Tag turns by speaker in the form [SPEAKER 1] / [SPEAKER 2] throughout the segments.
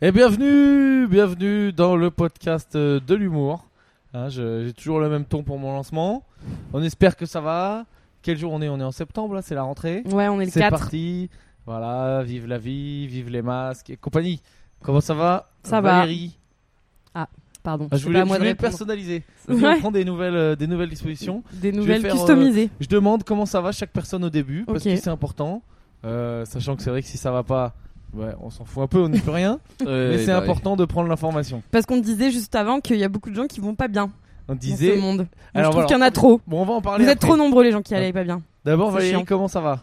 [SPEAKER 1] Et bienvenue, bienvenue dans le podcast euh, de l'humour. Hein, je- J'ai toujours le même ton pour mon lancement. On espère que ça va. Quel jour on est On est en septembre, là, c'est la rentrée.
[SPEAKER 2] Ouais, on est le
[SPEAKER 1] C'est
[SPEAKER 2] 4.
[SPEAKER 1] parti. Voilà, vive la vie, vive les masques et compagnie. Comment ça va
[SPEAKER 2] Ça va.
[SPEAKER 1] Valérie
[SPEAKER 2] Pardon.
[SPEAKER 1] Ah,
[SPEAKER 2] c'est
[SPEAKER 1] Je voulais,
[SPEAKER 2] pas à moi
[SPEAKER 1] je
[SPEAKER 2] de
[SPEAKER 1] voulais
[SPEAKER 2] répondre.
[SPEAKER 1] personnaliser. Je
[SPEAKER 2] Ouais.
[SPEAKER 1] voulais prendre des nouvelles, euh, des nouvelles dispositions.
[SPEAKER 2] Des
[SPEAKER 1] vais
[SPEAKER 2] nouvelles
[SPEAKER 1] faire, euh,
[SPEAKER 2] customisées.
[SPEAKER 1] Je demande comment ça va chaque personne au début, parce
[SPEAKER 2] Ok.
[SPEAKER 1] que c'est important. Euh, sachant que c'est vrai que si ça va pas, ouais, on s'en fout un peu, on n'y peut rien. mais
[SPEAKER 3] bah
[SPEAKER 1] c'est important de prendre l'information.
[SPEAKER 2] Parce qu'on disait juste avant qu'il y a beaucoup de gens qui vont pas bien
[SPEAKER 1] On
[SPEAKER 2] dans
[SPEAKER 1] disait.
[SPEAKER 2] ce monde. Donc,
[SPEAKER 1] Alors,
[SPEAKER 2] je trouve
[SPEAKER 1] voilà.
[SPEAKER 2] qu'il y en a trop.
[SPEAKER 1] Bon, on va en parler.
[SPEAKER 2] Vous êtes
[SPEAKER 1] après.
[SPEAKER 2] trop nombreux les gens qui allaient pas bien.
[SPEAKER 1] D'abord,
[SPEAKER 2] C'est
[SPEAKER 1] Valérie,
[SPEAKER 2] chiant.
[SPEAKER 1] comment ça va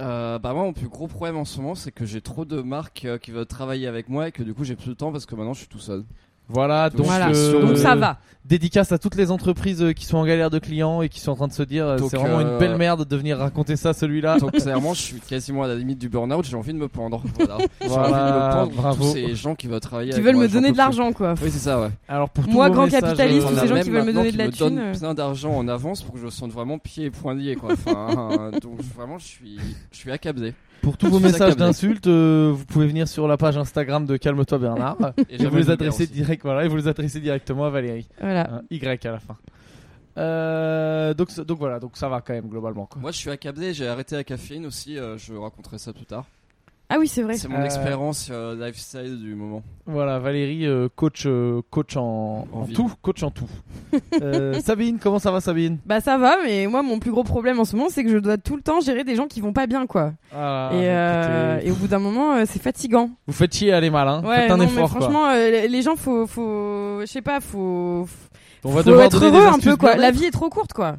[SPEAKER 3] Euh, bah moi mon plus gros problème en ce moment c'est que j'ai trop de marques euh, qui veulent travailler avec moi et que du coup j'ai plus le temps parce que maintenant je suis tout seul.
[SPEAKER 1] Voilà, donc,
[SPEAKER 3] Donc,
[SPEAKER 2] voilà.
[SPEAKER 1] euh,
[SPEAKER 2] Donc ça va.
[SPEAKER 1] Dédicace à toutes les entreprises euh, qui sont en galère de clients et qui sont en train de se dire euh,
[SPEAKER 3] Donc,
[SPEAKER 1] c'est vraiment une
[SPEAKER 3] euh,
[SPEAKER 1] belle merde de venir raconter ça celui-là.
[SPEAKER 3] Donc clairement je suis quasiment à la limite du burn-out, j'ai envie de me pendre. Voilà. J'ai
[SPEAKER 1] Voilà,
[SPEAKER 3] envie de me pendre de
[SPEAKER 1] bravo.
[SPEAKER 3] tous ces gens qui veulent travailler
[SPEAKER 2] Qui
[SPEAKER 3] avec
[SPEAKER 2] veulent
[SPEAKER 3] moi,
[SPEAKER 2] me
[SPEAKER 3] j'en
[SPEAKER 2] donner
[SPEAKER 3] peux
[SPEAKER 2] de
[SPEAKER 3] plus.
[SPEAKER 2] l'argent quoi.
[SPEAKER 3] Oui c'est ça ouais.
[SPEAKER 1] Alors pour tous
[SPEAKER 2] Moi,
[SPEAKER 1] vos
[SPEAKER 2] grand
[SPEAKER 1] messages,
[SPEAKER 2] capitaliste,
[SPEAKER 1] euh,
[SPEAKER 2] tous
[SPEAKER 3] On
[SPEAKER 2] ces
[SPEAKER 3] a
[SPEAKER 2] gens
[SPEAKER 3] même
[SPEAKER 2] qui veulent me donner
[SPEAKER 3] maintenant
[SPEAKER 2] de la
[SPEAKER 3] qui me donnent
[SPEAKER 2] thune, euh.
[SPEAKER 3] plein d'argent en avance pour que je sente vraiment pieds et poings liés quoi. Enfin, euh, donc vraiment je suis, je suis accablé.
[SPEAKER 1] pour tous vos
[SPEAKER 3] Je suis
[SPEAKER 1] messages
[SPEAKER 3] accablé.
[SPEAKER 1] d'insultes, euh, vous pouvez venir sur la page Instagram de Calme-toi Bernard et,
[SPEAKER 3] j'avais
[SPEAKER 1] vous les
[SPEAKER 3] le
[SPEAKER 1] adressez
[SPEAKER 3] numéro aussi.
[SPEAKER 1] direct, voilà, et vous les adressez directement à Valérie.
[SPEAKER 2] Voilà.
[SPEAKER 1] Un y à la fin. Euh, donc, donc voilà, donc ça va quand même globalement. Quoi.
[SPEAKER 3] Moi je suis accablé, j'ai arrêté la caféine aussi, euh, je raconterai ça plus tard.
[SPEAKER 2] Ah oui, c'est vrai.
[SPEAKER 3] C'est mon
[SPEAKER 1] Euh,
[SPEAKER 3] expérience euh, lifestyle du moment.
[SPEAKER 1] Voilà, Valérie, euh, coach, euh, coach en, en
[SPEAKER 3] Envie.
[SPEAKER 1] tout, coach en tout. Euh, Sabine, comment ça va Sabine
[SPEAKER 2] Bah ça va, mais moi mon plus gros problème en ce moment c'est que je dois tout le temps gérer des gens qui vont pas bien quoi.
[SPEAKER 1] Ah,
[SPEAKER 2] et, euh,
[SPEAKER 1] écoutez,
[SPEAKER 2] et au bout d'un moment euh, c'est fatigant.
[SPEAKER 1] Vous faites chier, allez mal, hein.
[SPEAKER 2] Ouais,
[SPEAKER 1] Faites un
[SPEAKER 2] non,
[SPEAKER 1] effort.
[SPEAKER 2] mais
[SPEAKER 1] quoi.
[SPEAKER 2] franchement euh, les- les gens faut faut je sais pas faut
[SPEAKER 1] On va
[SPEAKER 2] faut
[SPEAKER 1] devoir
[SPEAKER 2] être
[SPEAKER 1] donner des
[SPEAKER 2] heureux un
[SPEAKER 1] astuces
[SPEAKER 2] peu quoi.
[SPEAKER 1] bonheur.
[SPEAKER 2] La vie est trop courte quoi.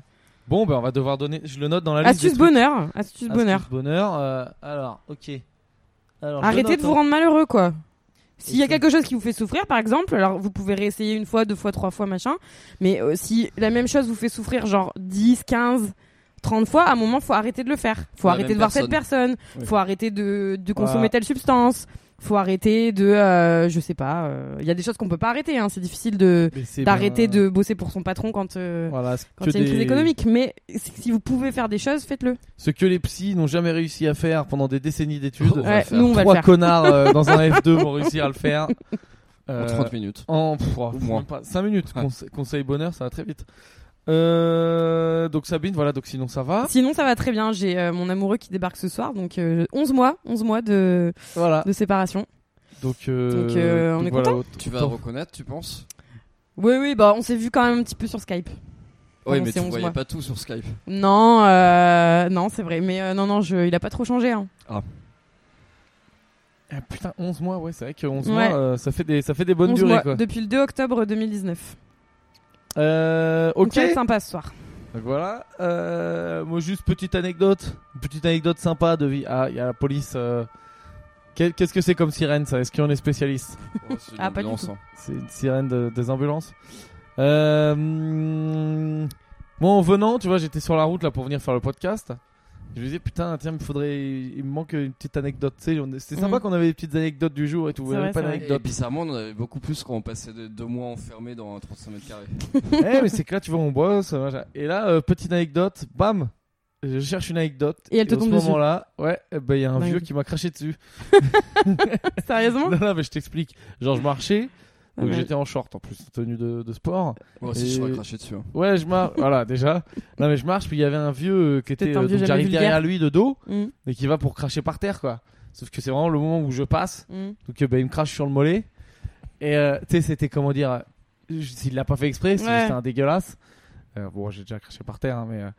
[SPEAKER 1] Bon, ben on va devoir donner. Je le note dans la liste.
[SPEAKER 2] Astuce
[SPEAKER 1] des trucs.
[SPEAKER 2] bonheur, astuce bonheur.
[SPEAKER 1] Astuce bonheur. euh, alors, ok. Alors, je
[SPEAKER 2] Arrêtez
[SPEAKER 1] note,
[SPEAKER 2] de vous
[SPEAKER 1] hein.
[SPEAKER 2] rendre malheureux, quoi. S'il y a
[SPEAKER 1] Ok.
[SPEAKER 2] quelque chose qui vous fait souffrir, par exemple, alors vous pouvez réessayer une fois, deux fois, trois fois, machin, mais euh, si la même chose vous fait souffrir genre 10, 15, 30 fois, à un moment, faut arrêter de le faire. Faut
[SPEAKER 3] La
[SPEAKER 2] arrêter
[SPEAKER 3] même
[SPEAKER 2] de voir cette personne,
[SPEAKER 3] Oui.
[SPEAKER 2] faut arrêter de, de consommer
[SPEAKER 1] Voilà.
[SPEAKER 2] telle substance, faut arrêter de... euh, je sais pas, euh, il y a des choses qu'on peut pas arrêter, hein, c'est difficile de
[SPEAKER 1] Mais
[SPEAKER 3] Eh
[SPEAKER 1] c'est
[SPEAKER 2] d'arrêter
[SPEAKER 3] ben,
[SPEAKER 1] bien,
[SPEAKER 2] de bosser pour son patron quand euh,
[SPEAKER 1] euh, Voilà, ce
[SPEAKER 2] quand
[SPEAKER 1] que
[SPEAKER 2] il y a une crise
[SPEAKER 1] des-
[SPEAKER 2] économique, mais si si vous pouvez faire des choses, faites-le.
[SPEAKER 1] Ce que les psys n'ont jamais réussi à faire pendant des décennies d'études.
[SPEAKER 3] On va
[SPEAKER 2] Ouais,
[SPEAKER 3] faire
[SPEAKER 2] nous, on va le
[SPEAKER 1] Trois
[SPEAKER 2] faire.
[SPEAKER 1] connards euh, dans un F2 vont réussir à le faire.
[SPEAKER 3] En
[SPEAKER 1] Euh,
[SPEAKER 3] 30 minutes.
[SPEAKER 1] En pff, oh,
[SPEAKER 3] Ou moins.
[SPEAKER 1] même pas, 5 minutes.
[SPEAKER 3] Ouais.
[SPEAKER 1] Conse- conseil bonheur, ça va très vite. Euh, donc Sabine, voilà, donc sinon ça va.
[SPEAKER 2] Sinon, ça va très bien. J'ai euh, mon amoureux qui débarque ce soir, donc euh, 11 mois, 11 mois de,
[SPEAKER 1] Voilà.
[SPEAKER 2] de séparation.
[SPEAKER 1] Donc, euh,
[SPEAKER 2] Donc, euh, on est
[SPEAKER 1] voilà,
[SPEAKER 2] content
[SPEAKER 1] autant-
[SPEAKER 3] Tu vas reconnaître, tu penses
[SPEAKER 2] Oui, oui, bah on s'est vu quand même un petit peu sur Skype.
[SPEAKER 3] Oui,
[SPEAKER 2] Pendant
[SPEAKER 3] mais
[SPEAKER 2] ces
[SPEAKER 3] tu
[SPEAKER 2] 11
[SPEAKER 3] voyais
[SPEAKER 2] mois.
[SPEAKER 3] pas tout sur Skype.
[SPEAKER 2] Non, euh, non, c'est vrai, mais euh, non, non, je, il a pas trop changé. Hein.
[SPEAKER 1] Ah, putain, 11 mois, ouais, c'est vrai que 11
[SPEAKER 2] Ouais.
[SPEAKER 1] mois, euh, ça fait des, ça fait des bonnes
[SPEAKER 2] 11
[SPEAKER 1] durées,
[SPEAKER 2] mois,
[SPEAKER 1] quoi.
[SPEAKER 2] depuis le 2 octobre 2019.
[SPEAKER 1] Euh,
[SPEAKER 2] Donc
[SPEAKER 1] ok.
[SPEAKER 2] ça va être sympa ce soir.
[SPEAKER 1] Donc voilà. Euh, moi, juste petite anecdote, petite anecdote sympa de vie. Ah, il y a la police. euh, qu'est- Qu'est-ce que c'est comme sirène, ça Est-ce qu'on est spécialiste
[SPEAKER 3] Oh, c'est une
[SPEAKER 2] Ah, pas du
[SPEAKER 3] ambulance,
[SPEAKER 2] tout.
[SPEAKER 3] hein.
[SPEAKER 1] C'est une sirène de- des ambulances. Euh, hum, moi, en venant, tu vois, j'étais sur la route là pour venir faire le podcast. Je me disais putain, tiens, il me faudrait, il me manque une petite anecdote. Tu sais, on- C'était sympa
[SPEAKER 2] Mhm.
[SPEAKER 1] qu'on avait des petites anecdotes du jour et tout. Vous
[SPEAKER 2] C'est
[SPEAKER 1] avez
[SPEAKER 2] vrai,
[SPEAKER 1] pas
[SPEAKER 2] c'est vrai.
[SPEAKER 3] Et
[SPEAKER 1] d'anecdotes.
[SPEAKER 3] bizarrement, on en avait beaucoup plus quand on passait de deux mois enfermés dans 35 mètres carrés.
[SPEAKER 1] Eh, mais c'est que là, tu vois, on bosse. machin. Et là, euh, petite anecdote, bam Je cherche une anecdote.
[SPEAKER 2] Et elle te
[SPEAKER 1] à
[SPEAKER 2] tombe
[SPEAKER 1] ce
[SPEAKER 2] dessus.
[SPEAKER 1] moment-là, ouais, eh ben, il y a un
[SPEAKER 2] Dingue.
[SPEAKER 1] vieux qui m'a craché dessus.
[SPEAKER 2] Sérieusement
[SPEAKER 1] non, non, mais je t'explique. Genre, je marchais,
[SPEAKER 2] Ah,
[SPEAKER 1] donc
[SPEAKER 2] mais-
[SPEAKER 1] j'étais en short en plus, tenue de, de sport.
[SPEAKER 3] Moi aussi, je
[SPEAKER 1] Et-
[SPEAKER 3] serais craché dessus. hein.
[SPEAKER 1] Ouais, je marche, voilà, déjà. Non, mais je marche, puis il y avait un vieux euh, qui était.
[SPEAKER 2] Peut-être un
[SPEAKER 1] euh,
[SPEAKER 2] vieux
[SPEAKER 1] donc
[SPEAKER 2] jamais
[SPEAKER 1] J'arrive
[SPEAKER 2] vulgaire.
[SPEAKER 1] derrière lui de dos,
[SPEAKER 2] Mm,
[SPEAKER 1] et qui va pour cracher par terre, quoi. Sauf que c'est vraiment le moment où je passe.
[SPEAKER 2] mm.
[SPEAKER 1] Donc euh, bah, il me crache sur le mollet. Et euh, tu sais, c'était comment dire, euh, je- s'il l'a pas fait exprès, c'est
[SPEAKER 2] Ouais.
[SPEAKER 1] juste un dégueulasse. Euh, bon, j'ai déjà craché par terre, hein, mais. euh,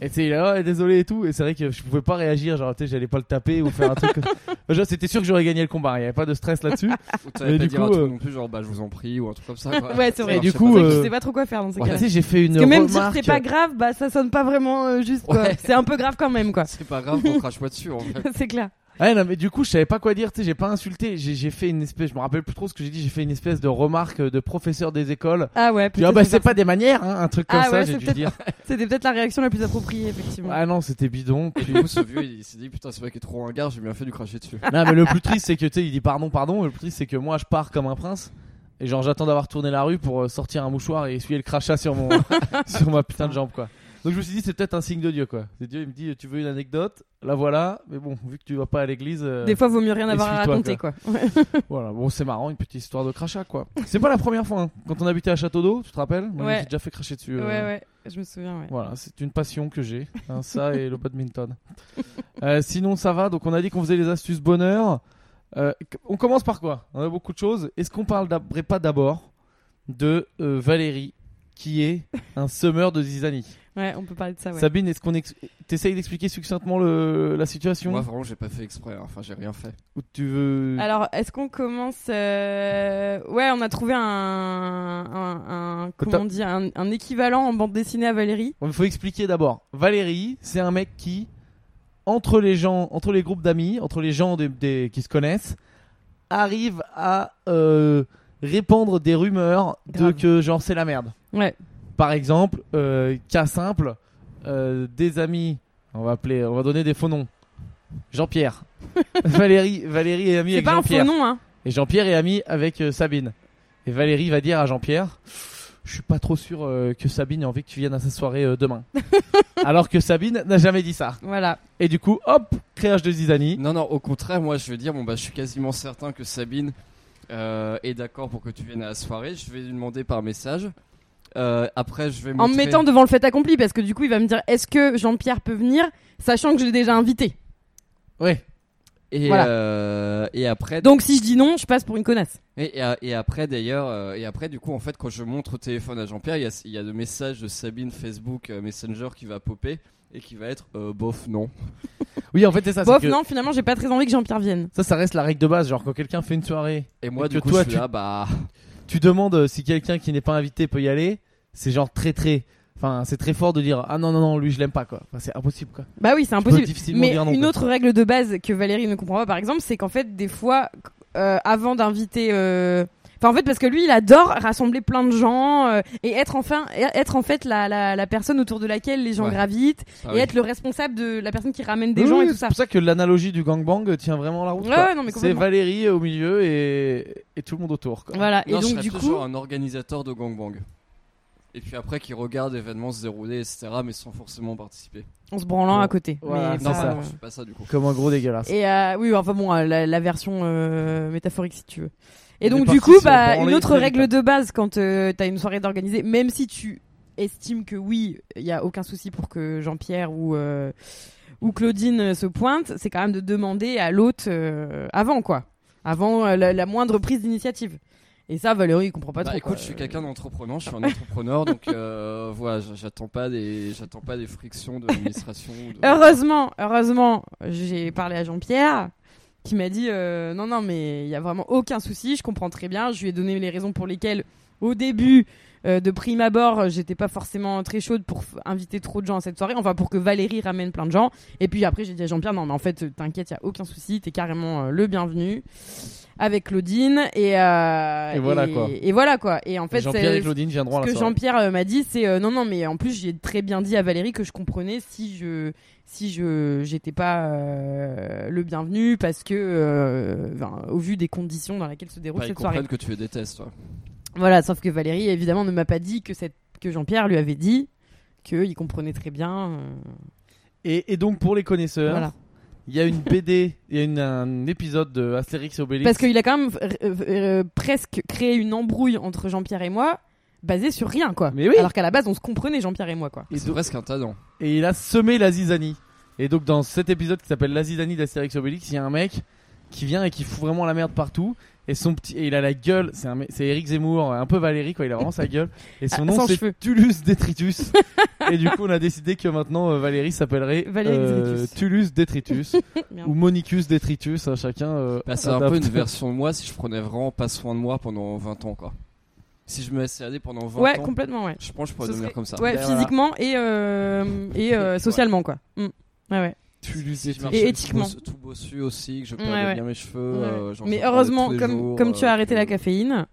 [SPEAKER 1] et tu sais, il est là, Ouais, désolé et tout. Et c'est vrai que je pouvais pas réagir, genre, tu sais, j'allais pas le taper ou faire un truc. Genre, c'était sûr que j'aurais gagné le combat, hein, il y avait pas de stress là-dessus.
[SPEAKER 3] Ou
[SPEAKER 1] Mais
[SPEAKER 3] t'avais pas
[SPEAKER 1] du
[SPEAKER 3] dire
[SPEAKER 1] coup,
[SPEAKER 3] un truc
[SPEAKER 1] euh,
[SPEAKER 3] non plus, genre bah je vous en prie ou un truc comme ça. quoi.
[SPEAKER 2] Ouais, c'est vrai.
[SPEAKER 3] Ça
[SPEAKER 1] du
[SPEAKER 3] marchait
[SPEAKER 1] coup,
[SPEAKER 2] C'est
[SPEAKER 3] pas.
[SPEAKER 2] que
[SPEAKER 1] euh,
[SPEAKER 2] je sais pas trop quoi faire dans ces
[SPEAKER 1] Ouais, tu
[SPEAKER 2] cas-là.
[SPEAKER 1] sais, j'ai fait une.
[SPEAKER 2] Parce que même
[SPEAKER 1] remarque.
[SPEAKER 2] dire c'est pas grave, bah ça sonne pas vraiment euh, juste quoi.
[SPEAKER 3] Ouais.
[SPEAKER 2] C'est un peu grave quand même quoi.
[SPEAKER 3] C'est pas grave, on crache pas dessus en fait.
[SPEAKER 2] c'est clair.
[SPEAKER 1] Ouais, non, mais du coup, je savais pas quoi dire, tu sais, j'ai pas insulté. J'ai j'ai fait une espèce, je me rappelle plus trop ce que j'ai dit, j'ai fait une espèce de remarque euh, de professeur des écoles.
[SPEAKER 2] Ah ouais,
[SPEAKER 1] Puis, ah
[SPEAKER 2] peut-être
[SPEAKER 1] bah,
[SPEAKER 2] que
[SPEAKER 1] c'est pas des manières, hein, un truc comme
[SPEAKER 2] Ah
[SPEAKER 1] ça,
[SPEAKER 2] ouais,
[SPEAKER 1] j'ai
[SPEAKER 2] c'est
[SPEAKER 1] dû
[SPEAKER 2] peut-être-
[SPEAKER 1] dire.
[SPEAKER 2] c'était peut-être la réaction la plus appropriée effectivement.
[SPEAKER 1] Ah non, c'était bidon.
[SPEAKER 3] Et du coup, ce vieux il s'est dit putain, ce mec est trop ringard, j'ai bien fait de lui cracher dessus.
[SPEAKER 1] Non, mais le plus triste, c'est que tu sais, il dit pardon, pardon. mais Le plus triste, c'est que moi, je pars comme un prince. Et genre, j'attends d'avoir tourné la rue pour euh, sortir un mouchoir et essuyer le crachat sur mon, sur ma putain de jambe, quoi. Donc je me suis dit, c'est peut-être un signe de Dieu, quoi. C'est Dieu, il me dit, tu veux une anecdote La voilà. Mais bon, vu que tu vas pas à l'église. euh,
[SPEAKER 2] Des fois, vaut mieux rien avoir à
[SPEAKER 1] essuie-toi,
[SPEAKER 2] raconter, quoi. Ouais.
[SPEAKER 1] Voilà, bon, c'est marrant, une petite histoire de crachat, quoi. C'est pas la première fois. hein. Quand on habitait à Château d'Eau, tu te rappelles On
[SPEAKER 2] Ouais.
[SPEAKER 1] s'est déjà fait cracher dessus.
[SPEAKER 2] ouais,
[SPEAKER 1] euh,
[SPEAKER 2] ouais, je me souviens, ouais.
[SPEAKER 1] Voilà, c'est une passion que j'ai, hein, ça et le badminton. Euh, sinon, ça va. Donc, on a dit qu'on faisait les astuces bonheur. Euh, on commence par quoi On a beaucoup de choses. Est-ce qu'on parle d'ab- pas d'abord de euh, Valérie, qui est un semeur de Zizani
[SPEAKER 2] Ouais, on peut parler de ça, Ah ouais.
[SPEAKER 1] Sabine, est-ce qu'on ex- t'essayes d'expliquer succinctement le- la situation
[SPEAKER 3] Moi, vraiment, j'ai pas fait exprès. hein. Enfin, j'ai rien fait.
[SPEAKER 1] ou tu veux
[SPEAKER 2] Alors, est-ce qu'on commence euh, Ouais, on a trouvé un, un, un- comment
[SPEAKER 1] T'as-
[SPEAKER 2] dire, un, un équivalent en bande dessinée à Valérie.
[SPEAKER 1] Il faut expliquer d'abord. Valérie, c'est un mec qui, entre les gens, entre les groupes d'amis, entre les gens des- des- qui se connaissent, arrive à euh, répandre des rumeurs de
[SPEAKER 2] Grave.
[SPEAKER 1] que genre c'est la merde.
[SPEAKER 2] Ouais.
[SPEAKER 1] Par exemple, euh, cas simple, euh, des amis, on va appeler, on va donner des faux noms. Jean-Pierre. Valérie, Valérie est amie
[SPEAKER 2] C'est
[SPEAKER 1] avec
[SPEAKER 2] pas un faux
[SPEAKER 1] Jean-Pierre.
[SPEAKER 2] nom, hein.
[SPEAKER 1] Et Jean-Pierre est ami avec euh, Sabine. Et Valérie va dire à Jean-Pierre Je suis pas trop sûr euh, que Sabine ait envie que tu viennes à sa soirée euh, demain. Alors que Sabine n'a jamais dit ça.
[SPEAKER 2] Voilà.
[SPEAKER 1] Et du coup, hop, créage de Zizani.
[SPEAKER 3] Non, non, au contraire, moi, je veux dire, bon, bah, je suis quasiment certain que Sabine euh, est d'accord pour que tu viennes à la soirée. Je vais lui demander par message. Euh, après, je vais
[SPEAKER 2] En
[SPEAKER 3] montrer...
[SPEAKER 2] me mettant devant le fait accompli, parce que du coup, il va me dire est-ce que Jean-Pierre peut venir, sachant que je l'ai déjà invité.
[SPEAKER 1] Ouais.
[SPEAKER 3] Et,
[SPEAKER 2] Voilà.
[SPEAKER 3] euh, et après,
[SPEAKER 2] Donc, si je dis non, je passe pour une connasse.
[SPEAKER 3] et, et a- et après d'ailleurs, euh, et après du coup en fait quand je montre au téléphone à Jean-Pierre, il y a, il y a le message de Sabine Facebook euh, Messenger qui va popper et qui va être euh, bof non.
[SPEAKER 1] Oui, en fait, c'est ça. c'est
[SPEAKER 2] Bof,
[SPEAKER 1] que
[SPEAKER 2] non, finalement, j'ai pas très envie que Jean-Pierre vienne.
[SPEAKER 1] Ça, ça reste la règle de base. Genre, quand quelqu'un fait une soirée,
[SPEAKER 3] Et moi
[SPEAKER 1] Et
[SPEAKER 3] du
[SPEAKER 1] que
[SPEAKER 3] coup
[SPEAKER 1] toi,
[SPEAKER 3] je suis
[SPEAKER 1] tu-
[SPEAKER 3] là bah
[SPEAKER 1] tu demandes euh, si quelqu'un qui n'est pas invité peut y aller. C'est genre très très. Enfin, c'est très fort de dire Ah non, non, non, lui je l'aime pas quoi. Enfin, c'est impossible quoi.
[SPEAKER 2] Bah oui, c'est
[SPEAKER 1] peux
[SPEAKER 2] impossible.
[SPEAKER 1] difficilement
[SPEAKER 2] Mais
[SPEAKER 1] dire non,
[SPEAKER 2] une
[SPEAKER 1] quoi.
[SPEAKER 2] autre règle de base que Valérie ne comprend pas, par exemple, c'est qu'en fait, des fois, euh, avant d'inviter. euh, Enfin, en fait, parce que lui, il adore rassembler plein de gens euh, et être enfin, être en fait la, la, la personne autour de laquelle les gens
[SPEAKER 3] Ouais.
[SPEAKER 2] gravitent
[SPEAKER 3] Ah
[SPEAKER 2] et
[SPEAKER 3] oui.
[SPEAKER 2] être le responsable de la personne qui ramène des
[SPEAKER 1] Oui,
[SPEAKER 2] gens
[SPEAKER 1] oui,
[SPEAKER 2] et tout
[SPEAKER 1] C'est
[SPEAKER 2] ça.
[SPEAKER 1] pour ça que l'analogie du gangbang euh, tient vraiment la route.
[SPEAKER 2] Ouais,
[SPEAKER 1] quoi.
[SPEAKER 2] ouais, non, mais
[SPEAKER 1] c'est
[SPEAKER 2] complètement.
[SPEAKER 1] Valérie euh, au milieu et, et tout le monde autour. Quoi.
[SPEAKER 2] Voilà. Et
[SPEAKER 3] Non, je
[SPEAKER 2] donc,
[SPEAKER 3] serais
[SPEAKER 2] du
[SPEAKER 3] plus
[SPEAKER 2] coup,
[SPEAKER 3] genre un organisateur de gangbang. Et puis après qui regarde l'événement se dérouler etc mais sans forcément participer.
[SPEAKER 2] on se branlant
[SPEAKER 1] Bon.
[SPEAKER 2] à côté.
[SPEAKER 1] Voilà,
[SPEAKER 2] Mais
[SPEAKER 1] c'est
[SPEAKER 3] non,
[SPEAKER 2] ça,
[SPEAKER 3] bah,
[SPEAKER 1] ça.
[SPEAKER 3] non,
[SPEAKER 2] euh,
[SPEAKER 3] je suis pas ça du coup.
[SPEAKER 1] Comme un gros dégueulasse.
[SPEAKER 2] Et euh, oui, enfin bon, euh, la, la version euh, métaphorique si tu veux. Et
[SPEAKER 1] On est
[SPEAKER 2] donc
[SPEAKER 1] parti
[SPEAKER 2] du coup,
[SPEAKER 1] sur
[SPEAKER 2] bah,
[SPEAKER 1] branler
[SPEAKER 2] une autre
[SPEAKER 1] très vite, hein.
[SPEAKER 2] règle de base quand euh, t'as une soirée d'organiser, même si tu estimes que oui, il y a aucun souci pour que Jean-Pierre ou euh, ou Claudine euh, se pointe, c'est quand même de demander à l'hôte euh, avant quoi, avant euh, la, la moindre prise d'initiative. Et ça, Valérie, il comprend pas
[SPEAKER 3] Bah,
[SPEAKER 2] trop.
[SPEAKER 3] écoute,
[SPEAKER 2] quoi.
[SPEAKER 3] je suis quelqu'un d'entrepreneur, je suis un entrepreneur, donc euh, voilà, j- j'attends pas des, j'attends pas des frictions de l'administration. ou de-
[SPEAKER 2] Heureusement, heureusement, j'ai parlé à Jean-Pierre qui m'a dit euh, non non mais il y a vraiment aucun souci, je comprends très bien, je lui ai donné les raisons pour lesquelles au début euh, de prime abord, j'étais pas forcément très chaude pour f- inviter trop de gens à cette soirée, enfin pour que Valérie ramène plein de gens et puis après j'ai dit à Jean-Pierre non mais en fait euh, t'inquiète, il y a aucun souci, t'es carrément euh, le bienvenu avec Claudine et euh,
[SPEAKER 1] Et voilà, quoi.
[SPEAKER 2] Et voilà quoi. Et en fait
[SPEAKER 1] Jean-Pierre
[SPEAKER 2] c'est-
[SPEAKER 1] et Claudine viendront à
[SPEAKER 2] ce
[SPEAKER 1] la
[SPEAKER 2] que
[SPEAKER 1] soirée.
[SPEAKER 2] Jean-Pierre euh, m'a dit, c'est euh, non, non, mais en plus j'ai très bien dit à Valérie que je comprenais si je si je j'étais pas euh, le bienvenu parce que euh, ben, au vu des conditions dans lesquelles se déroule
[SPEAKER 3] Bah, ils
[SPEAKER 2] cette soirée.
[SPEAKER 3] comprennent que tu les détestes, toi.
[SPEAKER 2] Voilà, sauf que Valérie évidemment ne m'a pas dit que cette que Jean-Pierre lui avait dit qu'il comprenait très bien. euh,
[SPEAKER 1] Et, et donc, pour les connaisseurs, il
[SPEAKER 2] voilà.
[SPEAKER 1] y a une BD, il y a une- un épisode de Astérix et Obélix.
[SPEAKER 2] Parce qu'il a quand même euh, euh, presque créé une embrouille entre Jean-Pierre et moi basée sur rien quoi.
[SPEAKER 1] Mais oui.
[SPEAKER 2] Alors qu'à la base on se comprenait Jean-Pierre et moi quoi.
[SPEAKER 1] Et
[SPEAKER 3] C'est
[SPEAKER 1] donc-
[SPEAKER 3] presque un talent.
[SPEAKER 1] et il a semé la zizanie. Et donc dans cet épisode qui s'appelle la zizanie d'Astérix et Obélix, il y a un mec qui vient et qui fout vraiment la merde partout. Et son petit, et il a la gueule. C'est un, mec- c'est Eric Zemmour, un peu Valérie quoi. Il a vraiment sa gueule. Et son
[SPEAKER 2] Ah,
[SPEAKER 1] nom
[SPEAKER 2] sans
[SPEAKER 1] c'est
[SPEAKER 2] cheveux.
[SPEAKER 1] Tullus Detritus. et du coup on a décidé que maintenant euh, Valérie s'appellerait
[SPEAKER 2] Valérie Detritus.
[SPEAKER 1] Tullus Detritus
[SPEAKER 2] Merde.
[SPEAKER 1] ou Monicus Detritus. hein, chacun. euh,
[SPEAKER 3] Bah,
[SPEAKER 2] Ah,
[SPEAKER 3] c'est un peu
[SPEAKER 1] adapte.
[SPEAKER 3] une version de moi si je prenais vraiment pas soin de moi pendant 20 ans, quoi. Si je me laissais aller pendant 20
[SPEAKER 2] Ouais,
[SPEAKER 3] ans,
[SPEAKER 2] complètement ouais.
[SPEAKER 3] je pense que je pourrais
[SPEAKER 2] Ce
[SPEAKER 3] devenir
[SPEAKER 2] serait-
[SPEAKER 3] comme ça.
[SPEAKER 2] Ouais,
[SPEAKER 1] Ben voilà.
[SPEAKER 2] physiquement et, euh, et euh,
[SPEAKER 3] Ouais.
[SPEAKER 2] socialement, quoi. Mm. Ouais, ouais.
[SPEAKER 1] Tullus
[SPEAKER 3] Si je
[SPEAKER 1] Detritus.
[SPEAKER 3] marchais tout
[SPEAKER 2] éthiquement.
[SPEAKER 3] bossu- Tout bossu aussi, que je
[SPEAKER 2] Ouais,
[SPEAKER 3] perdais
[SPEAKER 2] ouais.
[SPEAKER 3] bien mes cheveux. euh, j'en
[SPEAKER 2] Mais
[SPEAKER 3] prenais
[SPEAKER 2] heureusement,
[SPEAKER 3] tous les
[SPEAKER 2] comme,
[SPEAKER 3] jours,
[SPEAKER 2] comme tu
[SPEAKER 3] euh,
[SPEAKER 2] as arrêté
[SPEAKER 3] que-
[SPEAKER 2] la caféine,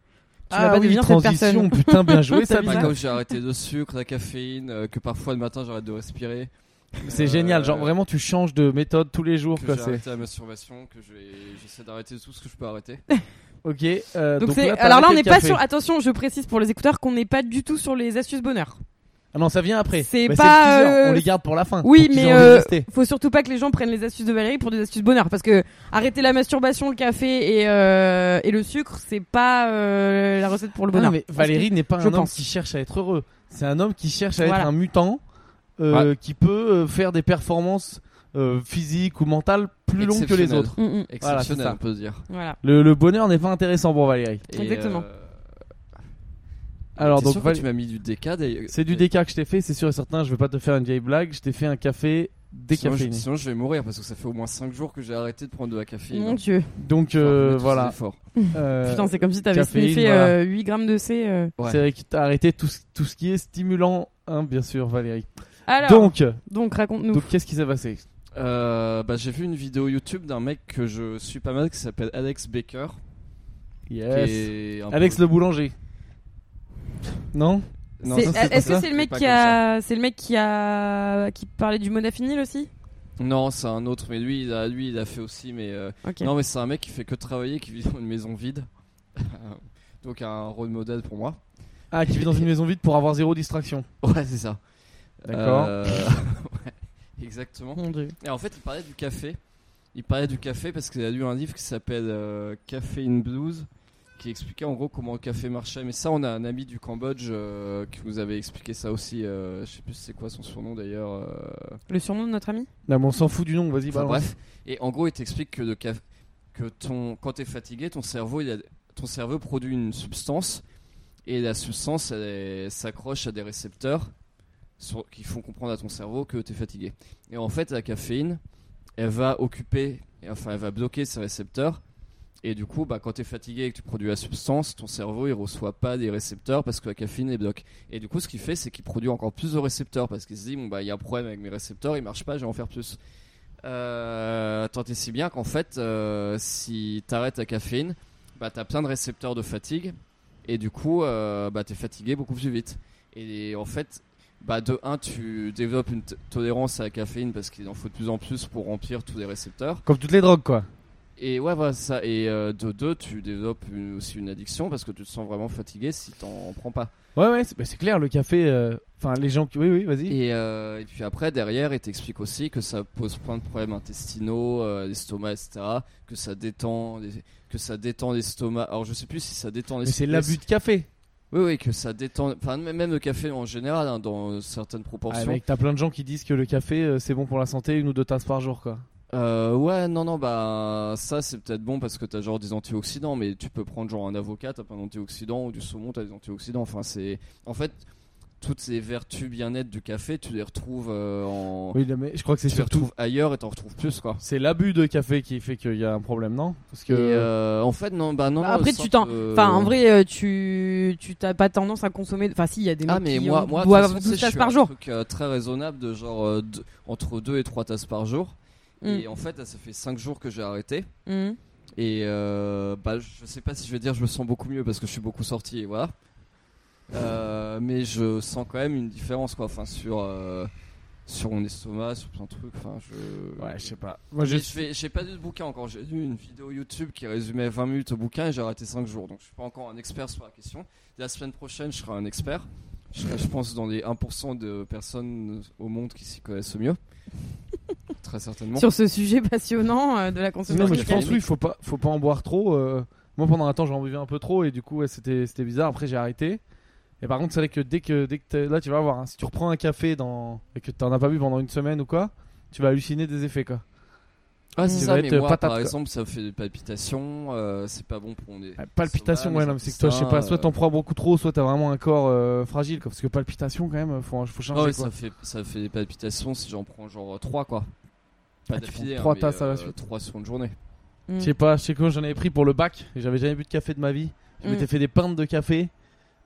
[SPEAKER 2] tu
[SPEAKER 1] Ah
[SPEAKER 2] vas pas
[SPEAKER 1] oui,
[SPEAKER 2] devenir cette
[SPEAKER 1] transition.
[SPEAKER 2] personne.
[SPEAKER 1] Putain, bien joué,
[SPEAKER 2] Ça
[SPEAKER 1] ça.
[SPEAKER 2] vient.
[SPEAKER 3] Bah,
[SPEAKER 2] Voilà.
[SPEAKER 3] comme j'ai arrêté le sucre, la caféine, euh, que parfois le matin j'arrête de respirer.
[SPEAKER 1] C'est
[SPEAKER 3] Euh,
[SPEAKER 1] génial. Genre vraiment, tu changes de méthode tous les jours.
[SPEAKER 3] que
[SPEAKER 1] quoi,
[SPEAKER 3] j'ai
[SPEAKER 1] c'est-
[SPEAKER 3] arrêté la masturbation, que j'ai- j'essaie d'arrêter tout ce que je peux arrêter.
[SPEAKER 1] Ok. euh,
[SPEAKER 2] Donc
[SPEAKER 1] donc
[SPEAKER 2] c'est
[SPEAKER 1] là, t'as
[SPEAKER 2] alors là on
[SPEAKER 1] arrêté le
[SPEAKER 2] n'est pas
[SPEAKER 1] café.
[SPEAKER 2] sur attention je précise pour les écouteurs qu'on n'est pas du tout sur les astuces bonheur
[SPEAKER 1] Ah non, ça vient après.
[SPEAKER 2] C'est
[SPEAKER 1] Bah,
[SPEAKER 2] pas,
[SPEAKER 1] le teaser,
[SPEAKER 2] euh,
[SPEAKER 1] On les garde pour la fin.
[SPEAKER 2] oui,
[SPEAKER 1] pour qu'ils
[SPEAKER 2] mais,
[SPEAKER 1] aient envie de
[SPEAKER 2] euh,
[SPEAKER 1] rester.
[SPEAKER 2] Faut surtout pas que les gens prennent les astuces de Valérie pour des astuces bonheur, parce que arrêter la masturbation, le café et, euh, et le sucre, c'est pas euh, la recette pour le
[SPEAKER 1] Ah non,
[SPEAKER 2] bonheur.
[SPEAKER 1] mais
[SPEAKER 2] Parce
[SPEAKER 1] Valérie n'est pas
[SPEAKER 2] je
[SPEAKER 1] un homme
[SPEAKER 2] pense.
[SPEAKER 1] qui cherche à être heureux. C'est un homme qui cherche à
[SPEAKER 2] Voilà.
[SPEAKER 1] être un mutant euh, qui peut euh, faire des performances euh, physiques ou mentales plus longues que les
[SPEAKER 3] Exceptionnelles.
[SPEAKER 1] autres.
[SPEAKER 2] que- Mm, mm,
[SPEAKER 3] Exceptionnel,
[SPEAKER 1] Voilà, c'est ça.
[SPEAKER 3] on peut dire.
[SPEAKER 2] voilà.
[SPEAKER 1] Le, le bonheur n'est pas intéressant pour Valérie.
[SPEAKER 3] Et,
[SPEAKER 2] Exactement.
[SPEAKER 3] euh,
[SPEAKER 1] Alors
[SPEAKER 3] t'es
[SPEAKER 1] donc
[SPEAKER 3] sûr que
[SPEAKER 1] Val-
[SPEAKER 3] tu m'as mis du déca. d'ailleurs.
[SPEAKER 1] c'est du déca que je t'ai fait, c'est sûr et certain. Je vais pas te faire une vieille blague. Je t'ai fait un café
[SPEAKER 3] Sinon je,
[SPEAKER 1] décaféiné.
[SPEAKER 3] sinon, je vais mourir parce que ça fait au moins 5 jours que j'ai arrêté de prendre de la caféine.
[SPEAKER 2] Mon dieu.
[SPEAKER 1] Donc
[SPEAKER 3] Faut
[SPEAKER 1] euh,
[SPEAKER 3] remettre tous
[SPEAKER 1] voilà.
[SPEAKER 3] les efforts.
[SPEAKER 1] Euh,
[SPEAKER 2] Putain, c'est comme si t'avais
[SPEAKER 1] caféine,
[SPEAKER 2] sniffé
[SPEAKER 1] voilà.
[SPEAKER 2] euh, 8 grammes de C. euh.
[SPEAKER 3] Ouais.
[SPEAKER 1] c'est vrai que t'as arrêté tout ce, tout ce qui est stimulant, hein, bien sûr, Valérie.
[SPEAKER 2] Alors, donc,
[SPEAKER 1] donc,
[SPEAKER 2] raconte-nous.
[SPEAKER 1] donc qu'est-ce qui s'est passé
[SPEAKER 3] Euh, bah, j'ai vu une vidéo YouTube d'un mec que je suis pas mal qui s'appelle Alex Baker.
[SPEAKER 1] Yes.
[SPEAKER 3] qui est un peu-
[SPEAKER 1] Alex le boulanger. Non
[SPEAKER 3] Non,
[SPEAKER 2] C'est-
[SPEAKER 3] ça,
[SPEAKER 1] c'est pas
[SPEAKER 2] Est-ce que
[SPEAKER 1] ça.
[SPEAKER 2] c'est le mec
[SPEAKER 3] C'est pas
[SPEAKER 2] qui
[SPEAKER 3] comme
[SPEAKER 2] a, c'est le mec qui a, qui parlait du modafinil aussi
[SPEAKER 3] Non, c'est un autre, mais lui, il a, lui, il a fait aussi. Mais euh,
[SPEAKER 2] Ok.
[SPEAKER 3] non, mais c'est un mec qui fait que travailler, qui vit dans une maison vide. Donc un rôle modèle pour moi.
[SPEAKER 1] Ah, qui vit dans une maison vide pour avoir zéro distraction.
[SPEAKER 3] Ouais, c'est ça.
[SPEAKER 1] D'accord.
[SPEAKER 3] Euh, ouais, exactement.
[SPEAKER 2] Mon dieu.
[SPEAKER 3] Et en fait, il parlait du café. Il parlait du café parce qu'il a lu un livre qui s'appelle euh, Café in Blues, qui expliquait en gros comment le café marchait. Mais ça, on a un ami du Cambodge euh, qui nous avait expliqué ça aussi. euh, je sais plus c'est quoi son surnom d'ailleurs. euh,
[SPEAKER 2] Le surnom de notre ami
[SPEAKER 1] Là, mais on s'en fout du nom, vas-y,
[SPEAKER 3] enfin,
[SPEAKER 1] balance.
[SPEAKER 3] bref. Et en gros, il t'explique que le caf- que ton, quand t'es fatigué, ton cerveau, il a- ton cerveau produit une substance et la substance elle est- s'accroche à des récepteurs sur- qui font comprendre à ton cerveau que t'es fatigué. Et en fait, la caféine, elle va occuper, et enfin, elle va bloquer ces récepteurs. Et du coup, bah, quand t'es fatigué et que tu produis la substance, ton cerveau il reçoit pas des récepteurs parce que la caféine les bloque. Et du coup, ce qu'il fait, c'est qu'il produit encore plus de récepteurs parce qu'il se dit, bon bah, il y a un problème avec mes récepteurs, ils marchent pas, je vais en faire plus. Euh, tant et si bien qu'en fait, euh, si t'arrêtes la caféine, bah t'as plein de récepteurs de fatigue et du coup, euh, bah t'es fatigué beaucoup plus vite. Et en fait, bah de un, tu développes une t- tolérance à la caféine parce qu'il en faut de plus en plus pour remplir tous les récepteurs.
[SPEAKER 1] Comme toutes les drogues, quoi.
[SPEAKER 3] Et ouais, voilà c'est ça. Et euh, de deux, tu développes une- aussi une addiction parce que tu te sens vraiment fatigué si t'en prends pas.
[SPEAKER 1] Ouais, ouais, c'est bah, c'est clair, le café. euh, Enfin, les gens qui. Oui, oui, vas-y.
[SPEAKER 3] Et, euh, et puis après, derrière, il t'explique aussi que ça pose plein de problèmes intestinaux, euh, l'estomac, etc. Que ça détend, les- que ça détend l'estomac. Alors je sais plus si ça détend
[SPEAKER 1] Mais
[SPEAKER 3] l'estomac.
[SPEAKER 1] c'est l'abus de café.
[SPEAKER 3] Oui, oui, que ça détend. Enfin, même même le café en général, hein, dans certaines proportions.
[SPEAKER 1] Avec, Ah, t'as plein de gens qui disent que le café, euh, c'est bon pour la santé, une ou deux tasses par jour, quoi.
[SPEAKER 3] Euh, ouais, non, non, bah ça c'est peut-être bon parce que t'as genre des antioxydants, mais tu peux prendre genre un avocat, t'as plein d'antioxydants, ou du saumon, t'as des antioxydants. Enfin, c'est. En fait, toutes ces vertus bien-être du café, tu les retrouves euh, en.
[SPEAKER 1] Oui, mais je crois que c'est
[SPEAKER 3] tu les
[SPEAKER 1] surtout.
[SPEAKER 3] retrouves ailleurs et t'en retrouves plus quoi.
[SPEAKER 1] C'est l'abus de café qui fait qu'il y a un problème, non Parce que.
[SPEAKER 3] Et, euh, en fait, non, bah non.
[SPEAKER 2] Bah,
[SPEAKER 3] non,
[SPEAKER 2] après,
[SPEAKER 3] le
[SPEAKER 2] tu
[SPEAKER 3] centre,
[SPEAKER 2] t'en-
[SPEAKER 3] euh,
[SPEAKER 2] Enfin, en vrai, euh, tu tu t'as pas tendance à consommer. Enfin, si, il y a des mecs
[SPEAKER 3] Ah, mais
[SPEAKER 2] qui
[SPEAKER 3] moi,
[SPEAKER 2] en
[SPEAKER 3] moi, de toute
[SPEAKER 2] boivent
[SPEAKER 3] façon,
[SPEAKER 2] 12
[SPEAKER 3] tu sais, je
[SPEAKER 2] tasses
[SPEAKER 3] suis
[SPEAKER 2] par
[SPEAKER 3] un
[SPEAKER 2] jour.
[SPEAKER 3] truc euh, très raisonnable de genre euh, deux- entre 2 et 3 tasses par jour. Et en fait, là, ça fait 5 jours que j'ai arrêté.
[SPEAKER 2] Mm, mm.
[SPEAKER 3] Et euh, bah, je sais pas si je vais dire je me sens beaucoup mieux parce que je suis beaucoup sorti et voilà. Euh, mais je sens quand même une différence quoi. Enfin, sur, euh, sur mon estomac, sur plein de trucs. Enfin, je.
[SPEAKER 1] Ouais, je sais pas. Moi,
[SPEAKER 3] Mais
[SPEAKER 1] je.
[SPEAKER 3] je vais- j'ai pas lu de bouquin encore. J'ai lu une vidéo YouTube qui résumait 20 minutes au bouquin et j'ai arrêté 5 jours. Donc je suis pas encore un expert sur la question. La semaine prochaine, je serai un expert. Je serai, je pense, dans les 1% de personnes au monde qui s'y connaissent au mieux. Très certainement.
[SPEAKER 2] Sur ce sujet passionnant euh, de la
[SPEAKER 1] Non,
[SPEAKER 2] consommation
[SPEAKER 1] mais
[SPEAKER 2] de
[SPEAKER 1] je
[SPEAKER 2] café.
[SPEAKER 1] pense, oui, faut pas, faut pas en boire trop. euh, Moi, pendant un temps, j'en buvais un peu trop et du coup, ouais, c'était c'était bizarre. Après, j'ai arrêté. Et par contre, c'est vrai que dès que, dès que t'es- là, tu vas voir, hein, si tu reprends un café dans... et que t'en as pas bu pendant une semaine ou quoi, tu vas halluciner des effets, quoi.
[SPEAKER 3] Ah,
[SPEAKER 1] Ça
[SPEAKER 3] c'est
[SPEAKER 1] va
[SPEAKER 3] ça, mais
[SPEAKER 1] être
[SPEAKER 3] moi,
[SPEAKER 1] patate,
[SPEAKER 3] par
[SPEAKER 1] quoi.
[SPEAKER 3] exemple, ça fait des palpitations. euh, c'est pas bon pour. Les...
[SPEAKER 1] Ah, Palpitations,
[SPEAKER 3] Estomac,
[SPEAKER 1] ouais,
[SPEAKER 3] les
[SPEAKER 1] non, mais c'est que toi, je sais pas,
[SPEAKER 3] intestins,
[SPEAKER 2] euh,
[SPEAKER 1] soit t'en prends beaucoup trop, soit t'as vraiment un corps euh, fragile, quoi. Parce que palpitations, quand même, euh, faut, faut changer,
[SPEAKER 2] Oh,
[SPEAKER 3] Ah ouais,
[SPEAKER 1] quoi.
[SPEAKER 3] ça fait, ça fait des palpitations si j'en prends genre 3 quoi.
[SPEAKER 1] Ah,
[SPEAKER 3] Pas
[SPEAKER 1] tu prends
[SPEAKER 3] d'affilée. hein,
[SPEAKER 1] trois tasses à la suite.
[SPEAKER 3] 3 sur une journée.
[SPEAKER 2] Mm.
[SPEAKER 1] Je sais pas, je sais quoi, j'en avais pris pour le bac et j'avais jamais bu de café de ma vie. Je
[SPEAKER 2] Mm.
[SPEAKER 1] m'étais fait des pintes de café.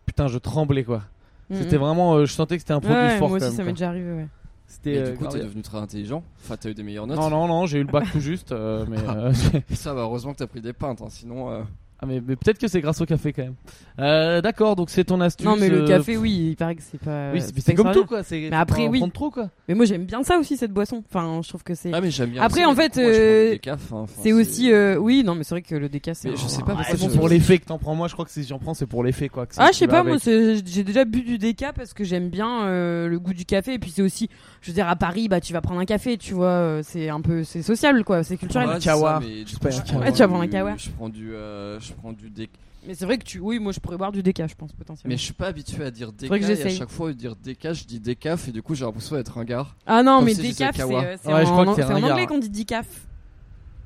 [SPEAKER 1] Putain, je tremblais, quoi.
[SPEAKER 2] Mm, mm.
[SPEAKER 1] C'était vraiment, euh, je sentais que c'était un produit
[SPEAKER 2] Ouais,
[SPEAKER 1] fort,
[SPEAKER 2] Moi
[SPEAKER 1] quand
[SPEAKER 2] aussi, ça m'est
[SPEAKER 1] même. quoi.
[SPEAKER 2] déjà arrivé. ouais.
[SPEAKER 1] C'était.
[SPEAKER 3] Et,
[SPEAKER 1] euh,
[SPEAKER 3] du coup, t'es
[SPEAKER 1] grave-
[SPEAKER 3] devenu très intelligent. Enfin, t'as eu des meilleures notes.
[SPEAKER 1] Non, non, non, j'ai eu le bac tout juste, euh, mais euh,
[SPEAKER 3] Ça, bah, heureusement que t'as pris des pintes, hein, sinon. euh,
[SPEAKER 1] Ah, mais, mais peut-être que c'est grâce au café quand même. Euh, D'accord, donc c'est ton astuce.
[SPEAKER 2] Non, mais le
[SPEAKER 1] euh,
[SPEAKER 2] café, oui, il paraît que c'est pas.
[SPEAKER 1] Oui, c'est-
[SPEAKER 2] c'est
[SPEAKER 1] mais
[SPEAKER 2] pas
[SPEAKER 1] c'est comme tout
[SPEAKER 2] extraordinaire.
[SPEAKER 1] quoi. c'est-
[SPEAKER 2] Mais
[SPEAKER 1] faut pas
[SPEAKER 2] après,
[SPEAKER 1] en
[SPEAKER 2] oui.
[SPEAKER 1] prendre trop quoi.
[SPEAKER 2] Mais moi, j'aime bien ça aussi, cette boisson. Enfin, je trouve que c'est.
[SPEAKER 3] Ah, mais j'aime bien.
[SPEAKER 2] Après,
[SPEAKER 3] aussi,
[SPEAKER 2] en
[SPEAKER 3] mais
[SPEAKER 2] fait,
[SPEAKER 3] moi, je prends
[SPEAKER 2] euh,
[SPEAKER 3] des cafes, hein. Enfin,
[SPEAKER 2] c'est aussi. euh, Oui, non, mais c'est vrai que le déca, c'est.
[SPEAKER 3] Mais je sais
[SPEAKER 1] Ah,
[SPEAKER 3] pas
[SPEAKER 1] c'est
[SPEAKER 3] pourquoi
[SPEAKER 1] bon
[SPEAKER 3] je-
[SPEAKER 1] pour l'effet que t'en prends. Moi, je crois que si j'en prends, c'est pour l'effet quoi. que ça-
[SPEAKER 2] Ah, je sais
[SPEAKER 1] qui va
[SPEAKER 2] pas, moi,
[SPEAKER 1] avec.
[SPEAKER 2] c'est- j'ai déjà bu du déca parce que j'aime bien euh, le goût du café. Et puis, c'est aussi, je veux dire, à Paris, bah, tu vas prendre un café, tu vois, euh, c'est un peu, c'est sociable, quoi, c'est culturel.
[SPEAKER 3] Voilà,
[SPEAKER 1] Un
[SPEAKER 3] c'est ça,
[SPEAKER 1] kawa.
[SPEAKER 3] mais du
[SPEAKER 1] sais
[SPEAKER 3] coup,
[SPEAKER 1] pas,
[SPEAKER 3] je
[SPEAKER 1] un
[SPEAKER 3] prends
[SPEAKER 1] kawa.
[SPEAKER 2] euh, Ouais, tu vas prendre un
[SPEAKER 3] du-
[SPEAKER 2] kawa.
[SPEAKER 3] Je prends du, euh, je prends du déc.
[SPEAKER 2] Mais c'est vrai que tu, oui, moi, je pourrais boire du déca, je pense, potentiellement.
[SPEAKER 3] Mais je suis pas habitué à dire déca.
[SPEAKER 2] Faudrait que
[SPEAKER 3] et à
[SPEAKER 2] j'essaye.
[SPEAKER 3] chaque fois, dire déca, je dis décaf et du coup, j'ai l'impression d'être un gars.
[SPEAKER 2] Ah non,
[SPEAKER 3] Comme
[SPEAKER 2] mais
[SPEAKER 3] si c'était
[SPEAKER 2] décaf, c'est
[SPEAKER 3] Kawa.
[SPEAKER 2] euh, c'est
[SPEAKER 1] Ouais, je crois que
[SPEAKER 2] en,
[SPEAKER 1] c'est
[SPEAKER 2] c'est
[SPEAKER 1] un
[SPEAKER 2] en
[SPEAKER 1] gars.
[SPEAKER 2] anglais qu'on dit decaf.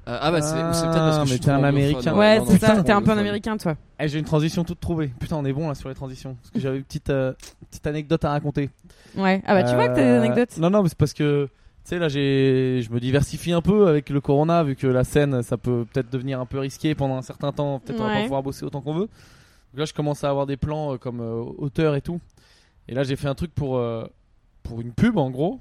[SPEAKER 3] Euh, ah bah c'est
[SPEAKER 1] Ah,
[SPEAKER 3] c'est peut-être parce que
[SPEAKER 1] mais
[SPEAKER 3] je suis
[SPEAKER 1] t'es un
[SPEAKER 3] trop anglophone,
[SPEAKER 1] Américain.
[SPEAKER 3] ouais,
[SPEAKER 2] Ouais,
[SPEAKER 3] non,
[SPEAKER 2] c'est
[SPEAKER 3] je suis
[SPEAKER 2] ça,
[SPEAKER 3] trop
[SPEAKER 2] t'es un peu un
[SPEAKER 3] anglophone.
[SPEAKER 2] américain, toi.
[SPEAKER 1] Eh, j'ai une transition toute trouvée. Putain, on est bon là sur les transitions. Parce que j'avais une petite, euh, petite anecdote à raconter.
[SPEAKER 2] Ouais. Ah bah, tu vois que t'as des
[SPEAKER 1] Euh,
[SPEAKER 2] anecdotes.
[SPEAKER 1] Non, non, mais c'est parce que, tu sais, là, j'ai, je me diversifie un peu avec le Corona, vu que la scène, ça peut peut-être devenir un peu risqué pendant un certain temps. Peut-être on va pas
[SPEAKER 2] Ouais.
[SPEAKER 1] pouvoir bosser autant qu'on veut. Donc là, je commence à avoir des plans euh, comme euh, auteur et tout. Et là, j'ai fait un truc pour, euh, pour une pub, en gros.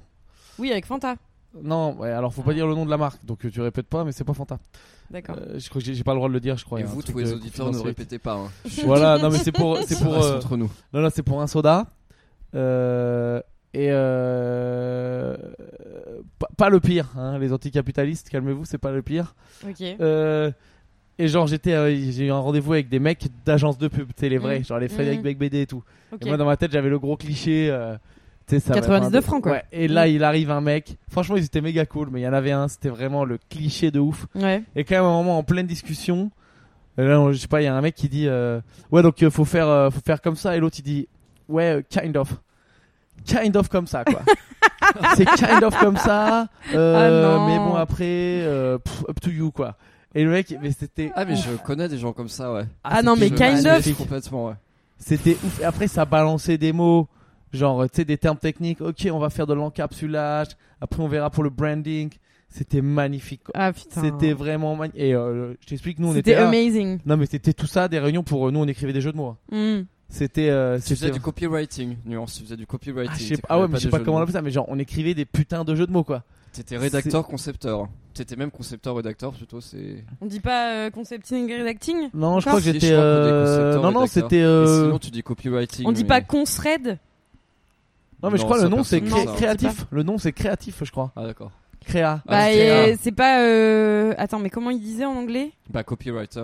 [SPEAKER 2] Oui, avec Fanta.
[SPEAKER 1] Non, ouais, alors faut pas dire le nom de la marque, donc euh, tu répètes pas, mais c'est pas Fanta.
[SPEAKER 2] Ah. D'accord.
[SPEAKER 1] Euh, je crois que j'ai- j'ai pas le droit de le dire, je crois.
[SPEAKER 3] Et
[SPEAKER 1] il y a un
[SPEAKER 3] vous,
[SPEAKER 1] truc
[SPEAKER 3] tous les
[SPEAKER 1] de
[SPEAKER 3] auditeurs, ne
[SPEAKER 1] confidentialité.
[SPEAKER 3] répétez Ah, pas. hein.
[SPEAKER 1] euh, Voilà, non, mais c'est pour, c'est pour,
[SPEAKER 3] reste
[SPEAKER 1] euh,
[SPEAKER 3] entre nous.
[SPEAKER 1] non, non, c'est pour un soda. Euh, et euh, pas, pas le pire, hein, les anticapitalistes, calmez-vous, c'est pas le pire.
[SPEAKER 2] Ok.
[SPEAKER 1] Euh, et genre, j'étais, euh, j'ai eu un rendez-vous avec des mecs d'agence de pub, tu sais, les vrais,
[SPEAKER 2] Mhm.
[SPEAKER 1] genre les Frédéric
[SPEAKER 2] Mhm.
[SPEAKER 1] Becbédé et tout.
[SPEAKER 2] Ok.
[SPEAKER 1] Et moi, dans ma tête, j'avais le gros cliché. euh, tu sais, ça va être
[SPEAKER 2] 90
[SPEAKER 1] un-
[SPEAKER 2] de francs, quoi. Mmh.
[SPEAKER 1] Ouais, et là, il arrive un mec. Franchement, ils étaient méga cool, mais il y en avait un, c'était vraiment le cliché de ouf.
[SPEAKER 2] Ouais.
[SPEAKER 1] Et quand même, à un moment en pleine discussion, euh, là, on- je sais pas, il y a un mec qui dit euh, Ouais, donc euh, faut, faire, euh, faut faire comme ça. Et l'autre il dit Ouais, euh, kind of. Kind of comme ça, quoi. c'est kind of comme ça. euh,
[SPEAKER 2] Ah non.
[SPEAKER 1] mais bon, après, euh, pff, up to you, quoi. Et le mec, mais c'était.
[SPEAKER 3] Ah mais je connais des gens comme ça, ouais.
[SPEAKER 2] Ah non, mais
[SPEAKER 1] c'était
[SPEAKER 2] kind of.
[SPEAKER 1] magnifique.
[SPEAKER 3] Complètement, ouais.
[SPEAKER 1] C'était ouf. Et après, ça balançait des mots, genre, tu sais, des termes techniques. Ok, on va faire de l'encapsulage. Après, on verra pour le branding. C'était magnifique, quoi.
[SPEAKER 2] Ah putain.
[SPEAKER 1] C'était vraiment magnifique. Et euh, je t'explique, nous, on
[SPEAKER 2] C'était
[SPEAKER 1] était. là.
[SPEAKER 2] amazing.
[SPEAKER 1] Non, mais c'était tout ça, des réunions pour. euh, Nous, on écrivait des jeux de mots. hein.
[SPEAKER 2] Mm.
[SPEAKER 1] C'était. euh,
[SPEAKER 3] Tu faisais
[SPEAKER 1] c'était
[SPEAKER 3] du copywriting, nuance. Tu faisais du copywriting.
[SPEAKER 1] Ah, je sais
[SPEAKER 3] t'écrivais
[SPEAKER 1] pas, ah ouais, mais
[SPEAKER 3] pas
[SPEAKER 1] je sais
[SPEAKER 3] des
[SPEAKER 1] pas
[SPEAKER 3] jeux de
[SPEAKER 1] comment on
[SPEAKER 3] mots.
[SPEAKER 1] appelle ça, mais genre, on écrivait des putains de jeux de mots, quoi.
[SPEAKER 3] T'étais rédacteur concepteur. T'étais même concepteur rédacteur plutôt. C'est.
[SPEAKER 2] On dit pas euh, concepting et redacting
[SPEAKER 1] Non, je
[SPEAKER 2] Encore
[SPEAKER 1] crois que
[SPEAKER 3] Si, je
[SPEAKER 1] j'étais.
[SPEAKER 3] crois qu'on est
[SPEAKER 1] euh,
[SPEAKER 3] concepteur,
[SPEAKER 1] Non, non,
[SPEAKER 3] rédacteur.
[SPEAKER 1] c'était.
[SPEAKER 3] Et
[SPEAKER 1] euh,
[SPEAKER 3] Sinon tu dis copywriting.
[SPEAKER 2] On dit
[SPEAKER 3] mais-
[SPEAKER 2] pas consred
[SPEAKER 1] Non, mais je
[SPEAKER 3] Non,
[SPEAKER 1] crois le
[SPEAKER 3] ça,
[SPEAKER 1] nom, c'est
[SPEAKER 3] personne
[SPEAKER 2] ne
[SPEAKER 1] cré-
[SPEAKER 2] sait ça.
[SPEAKER 1] créatif. Le nom, c'est créatif, je crois.
[SPEAKER 3] Ah d'accord.
[SPEAKER 1] Créa.
[SPEAKER 3] Ah,
[SPEAKER 2] Bah,
[SPEAKER 3] c'est
[SPEAKER 2] et
[SPEAKER 3] rare.
[SPEAKER 2] c'est pas. euh, Attends, mais comment il disait en anglais
[SPEAKER 3] Bah copywriter.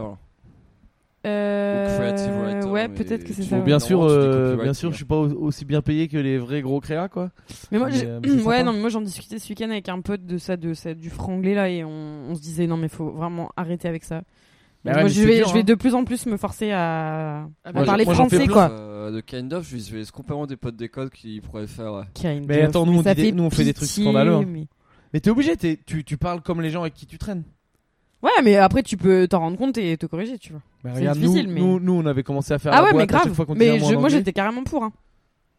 [SPEAKER 2] Euh,
[SPEAKER 3] Ou creative writer,
[SPEAKER 2] Ouais,
[SPEAKER 3] mais
[SPEAKER 2] peut-être que c'est ça.
[SPEAKER 3] tu vois
[SPEAKER 1] Bon,
[SPEAKER 2] ouais.
[SPEAKER 1] bien
[SPEAKER 3] Non,
[SPEAKER 1] sûr,
[SPEAKER 3] tu dis
[SPEAKER 1] euh,
[SPEAKER 3] copywriting.
[SPEAKER 1] bien sûr, je suis pas au- aussi bien payé que les vrais gros créas, quoi.
[SPEAKER 2] Mais moi,
[SPEAKER 1] Mais,
[SPEAKER 2] j'ai-
[SPEAKER 1] euh, mais c'est sympa.
[SPEAKER 2] ouais, non, mais moi j'en discutais ce week-end avec un pote de ça, de ça, du franglais là, et on, on se disait non, mais faut vraiment arrêter avec
[SPEAKER 1] Bah
[SPEAKER 2] ça. Donc,
[SPEAKER 1] ouais,
[SPEAKER 2] moi,
[SPEAKER 1] mais
[SPEAKER 2] je
[SPEAKER 1] c'est
[SPEAKER 2] vais,
[SPEAKER 1] dur,
[SPEAKER 2] je vais
[SPEAKER 1] hein.
[SPEAKER 2] de plus en plus me forcer à, à
[SPEAKER 1] moi,
[SPEAKER 2] parler
[SPEAKER 1] moi, j'en fais Bah,
[SPEAKER 2] français,
[SPEAKER 1] plein.
[SPEAKER 2] quoi.
[SPEAKER 3] Euh, de kind of, je vais- je vais complètement des potes d'école qui pourraient le faire. ouais.
[SPEAKER 2] Kind
[SPEAKER 1] Mais
[SPEAKER 2] of,
[SPEAKER 1] attends, nous, on
[SPEAKER 2] ça
[SPEAKER 1] dit des- nous, on fait des trucs
[SPEAKER 2] pitié,
[SPEAKER 1] scandaleux, hein.
[SPEAKER 2] mais-
[SPEAKER 1] Mais t'es obligé, t'es- tu, tu parles comme les gens avec qui tu traînes.
[SPEAKER 2] Ouais, mais après tu peux t'en rendre compte et te corriger, tu vois.
[SPEAKER 1] Mais
[SPEAKER 2] C'est
[SPEAKER 1] regarde,
[SPEAKER 2] difficile,
[SPEAKER 1] nous,
[SPEAKER 2] mais-
[SPEAKER 1] nous, nous, on avait commencé à faire
[SPEAKER 2] ah
[SPEAKER 1] la
[SPEAKER 2] ouais,
[SPEAKER 1] boîte
[SPEAKER 2] mais
[SPEAKER 1] à
[SPEAKER 2] grave.
[SPEAKER 1] chaque fois qu'on disait un
[SPEAKER 2] mais
[SPEAKER 1] mot
[SPEAKER 2] je-
[SPEAKER 1] en
[SPEAKER 2] moi
[SPEAKER 1] anglais,
[SPEAKER 2] j'étais carrément pour. Hein.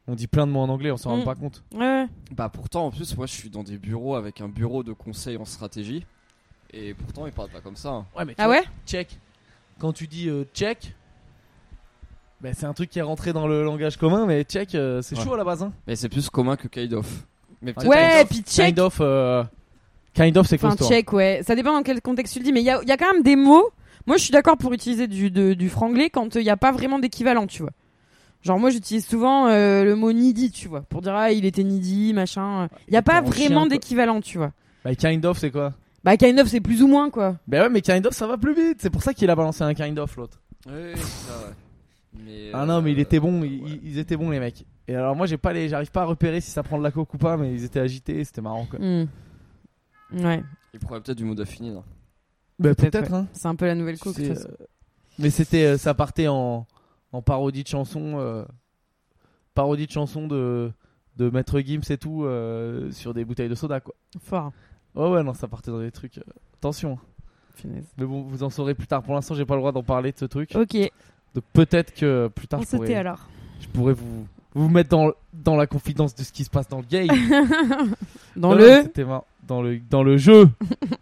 [SPEAKER 1] on dit plein de mots en anglais, on s'en rend
[SPEAKER 2] Mm.
[SPEAKER 1] pas compte.
[SPEAKER 2] Ouais, ouais.
[SPEAKER 3] Bah pourtant en plus moi je suis dans des bureaux avec un bureau de conseil en stratégie. Et pourtant ils parlent pas comme ça. hein.
[SPEAKER 1] Ouais, mais
[SPEAKER 2] Ah ouais
[SPEAKER 1] check. Quand tu dis euh, check, bah, c'est un truc qui est rentré dans le langage commun, mais check, euh, c'est
[SPEAKER 3] Ouais.
[SPEAKER 1] chaud à la base. Hein.
[SPEAKER 3] Mais c'est plus commun que kind of. Mais peut-être
[SPEAKER 2] Ouais,
[SPEAKER 3] kind of,
[SPEAKER 2] puis check.
[SPEAKER 1] Kind of, euh, kind of, c'est
[SPEAKER 2] Enfin,
[SPEAKER 1] costaud.
[SPEAKER 2] check, ouais. Ça dépend dans quel contexte tu le dis, mais il y a, il y a quand même des mots. Moi, je suis d'accord pour utiliser du, de- du franglais quand euh, il n'y a pas vraiment d'équivalent, tu vois. Genre, moi, j'utilise souvent euh, le mot needy, tu vois, pour dire, ah, il était needy, machin. Il n'y a
[SPEAKER 1] était
[SPEAKER 2] pas
[SPEAKER 1] un chien,
[SPEAKER 2] vraiment
[SPEAKER 1] quoi.
[SPEAKER 2] d'équivalent, tu vois.
[SPEAKER 1] Bah, kind of, c'est quoi
[SPEAKER 2] Bah, kind of, c'est plus ou moins, quoi.
[SPEAKER 1] Bah ouais, mais kind of, ça va plus vite. C'est pour ça qu'il a balancé un kind of, l'autre.
[SPEAKER 3] Ouais, c'est ça, ouais. Mais,
[SPEAKER 1] Ah non, mais il
[SPEAKER 3] euh,
[SPEAKER 1] était bon,
[SPEAKER 3] ouais.
[SPEAKER 1] ils, ils étaient bons les mecs. Et alors moi, j'ai pas les, j'arrive pas à repérer si ça prend de la coke ou pas, mais ils étaient agités, c'était marrant quoi.
[SPEAKER 2] Hmm. Ouais,
[SPEAKER 3] Il pourrait peut-être du mot d'affini. non
[SPEAKER 1] Bah,
[SPEAKER 2] Peut-être,
[SPEAKER 1] peut-être. Hein.
[SPEAKER 2] c'est un peu la nouvelle coke, de
[SPEAKER 1] C'est,
[SPEAKER 2] toute façon.
[SPEAKER 1] euh, Mais c'était, euh, ça partait en, en parodie de chansons, euh, parodie de chansons de de Maître Gims et tout euh, sur des bouteilles de soda quoi.
[SPEAKER 2] Fort,
[SPEAKER 1] Oh ouais, non, ça partait dans des trucs. euh, attention.
[SPEAKER 2] finesse.
[SPEAKER 1] Mais bon, vous en saurez plus tard. Pour l'instant, j'ai pas le droit d'en parler de ce truc.
[SPEAKER 2] Ok,
[SPEAKER 1] Donc peut-être que euh, plus tard,
[SPEAKER 2] on
[SPEAKER 1] je pourrais,
[SPEAKER 2] s'était alors.
[SPEAKER 1] je pourrais vous vous mettre dans dans la confidence de ce qui se passe dans le game.
[SPEAKER 2] Dans
[SPEAKER 1] Non, non,
[SPEAKER 2] le.
[SPEAKER 1] c'était marrant. dans le dans le jeu.